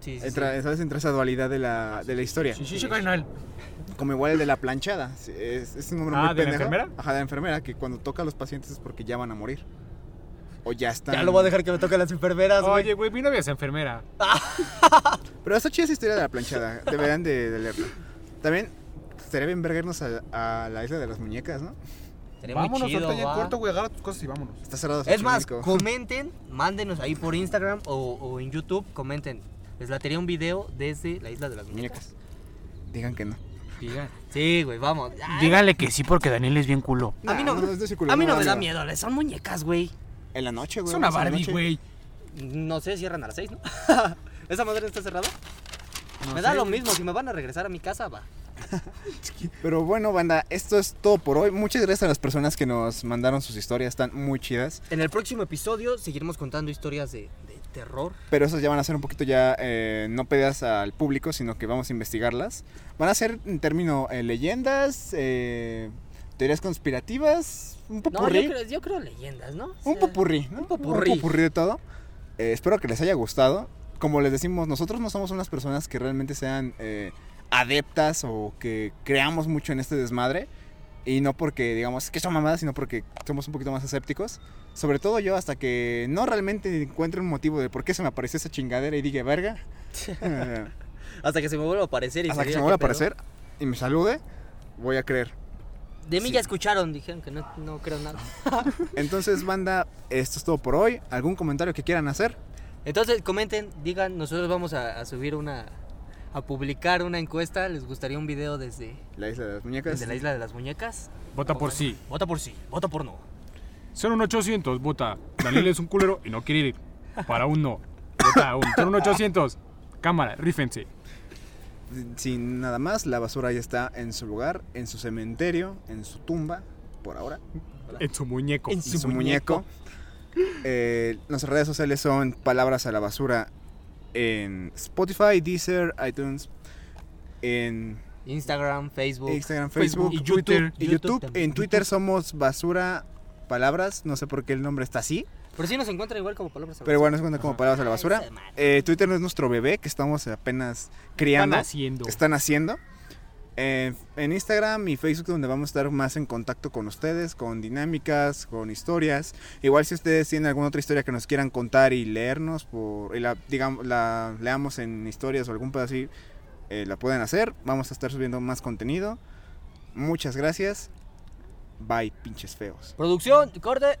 S4: Sí, sí, sí. Ah,
S2: Entra, ¿sabes? Entra esa dualidad de la, de la historia.
S3: Sí, sí, sí, carnal.
S2: Como igual el de la planchada. Sí, Es, es un nombre
S3: Ah,
S2: muy
S3: ¿de la
S2: pendejo.
S3: enfermera?
S2: Ajá, de la enfermera, que cuando toca a los pacientes es porque ya van a morir. O ya están.
S4: Ya lo voy a dejar que me toquen las enfermeras, güey.
S3: Oye, güey, mi novia es enfermera.
S2: Pero está chida esa historia de la planchada. Deberían de, de leerla. También estaría bien verguernos a, a la isla de las muñecas, ¿no?
S4: Sería muy chido,
S3: ahorita ya en
S4: va.
S3: corto, güey, agarra tus cosas y vámonos.
S2: Está cerrado.
S4: Es más,
S2: Xochimilco.
S4: comenten, mándenos ahí por Instagram o, o en YouTube, comenten. Les latería un video desde la isla de las muñecas.
S2: muñecas. Digan que no.
S4: Sí, güey, vamos. Ay,
S11: Díganle que sí porque Daniel es bien culo.
S4: A mí no,
S2: Nah, no, es de circular,
S4: a mí
S2: no
S4: no
S2: da
S4: me da
S2: miedo.
S4: miedo, son muñecas, güey.
S2: En la noche, güey.
S3: Es una
S2: en la
S3: Barbie,
S2: noche.
S3: güey.
S4: No sé, cierran a las 6, ¿no? ¿Esa madre está cerrada? me da lo mismo, si me van a regresar a mi casa, va.
S2: Pero bueno, banda, esto es todo por hoy. Muchas gracias a las personas que nos mandaron sus historias. Están muy chidas.
S4: En el próximo episodio seguiremos contando historias de, de terror.
S2: Pero esas ya van a ser un poquito ya eh, no pedidas al público, sino que vamos a investigarlas. Van a ser, en término, eh, leyendas, eh, teorías conspirativas, un
S4: No, yo
S2: popurrí.
S4: creo, yo creo leyendas, ¿no? O
S2: Un
S4: sea,
S2: popurrí, ¿no?
S4: un popurrí.
S2: Un popurrí de todo. Eh, espero que les haya gustado. Como les decimos, nosotros no somos unas personas que realmente sean eh, adeptas o que creamos mucho en este desmadre. Y no porque digamos que son mamadas, sino porque somos un poquito más escépticos. Sobre todo yo, hasta que no realmente encuentre un motivo de por qué se me apareció esa chingadera y diga, verga. eh,
S4: Hasta que se me vuelva a aparecer y
S2: hasta que
S4: diga,
S2: se me vuelva a
S4: ¿qué pedo?
S2: aparecer y me salude, voy a creer.
S4: De mí ya escucharon, dijeron que no, no creo nada.
S2: Entonces, banda, esto es todo por hoy. ¿Algún comentario que quieran hacer?
S4: Entonces comenten, digan, nosotros vamos a, a subir una, a publicar una encuesta, les gustaría un video desde,
S2: La isla de las muñecas.
S4: desde la isla de las muñecas.
S3: Vota por sí.
S4: Vota por sí, vota por no.
S3: Son un 800, vota. Daniel es un culero y no quiere ir. Para un no. Vota un. Son un 800. Cámara, rífense.
S2: Sin nada más, la basura ya está en su lugar, en su cementerio, en su tumba, por ahora,
S3: En su muñeco.
S2: en su, muñeco. Eh, nuestras redes sociales son Palabras a la Basura en Spotify, Deezer, iTunes, en
S4: Instagram, Facebook.
S2: Instagram,
S3: Facebook,
S2: Facebook,
S3: y Twitter.
S2: y
S4: YouTube
S2: YouTube.
S4: también.
S2: En Twitter somos Basura Palabras, no sé por qué el nombre está así.
S4: Por si nos encuentran igual como palabras al
S2: Pero
S4: azar.
S2: bueno, se cuenta como palabras a la basura.
S4: Ay, esa madre.
S2: Eh, Twitter no es nuestro bebé que estamos apenas criando.
S3: Están haciendo.
S2: Están haciendo. Eh, en Instagram y Facebook donde vamos a estar más en contacto con ustedes, con dinámicas, con historias. Igual si ustedes tienen alguna otra historia que nos quieran contar y leernos, por, y la, digamos, la leamos en historias o algún pedo así, eh, la pueden hacer. Vamos a estar subiendo más contenido. Muchas gracias. Bye, pinches feos.
S4: Producción, corte.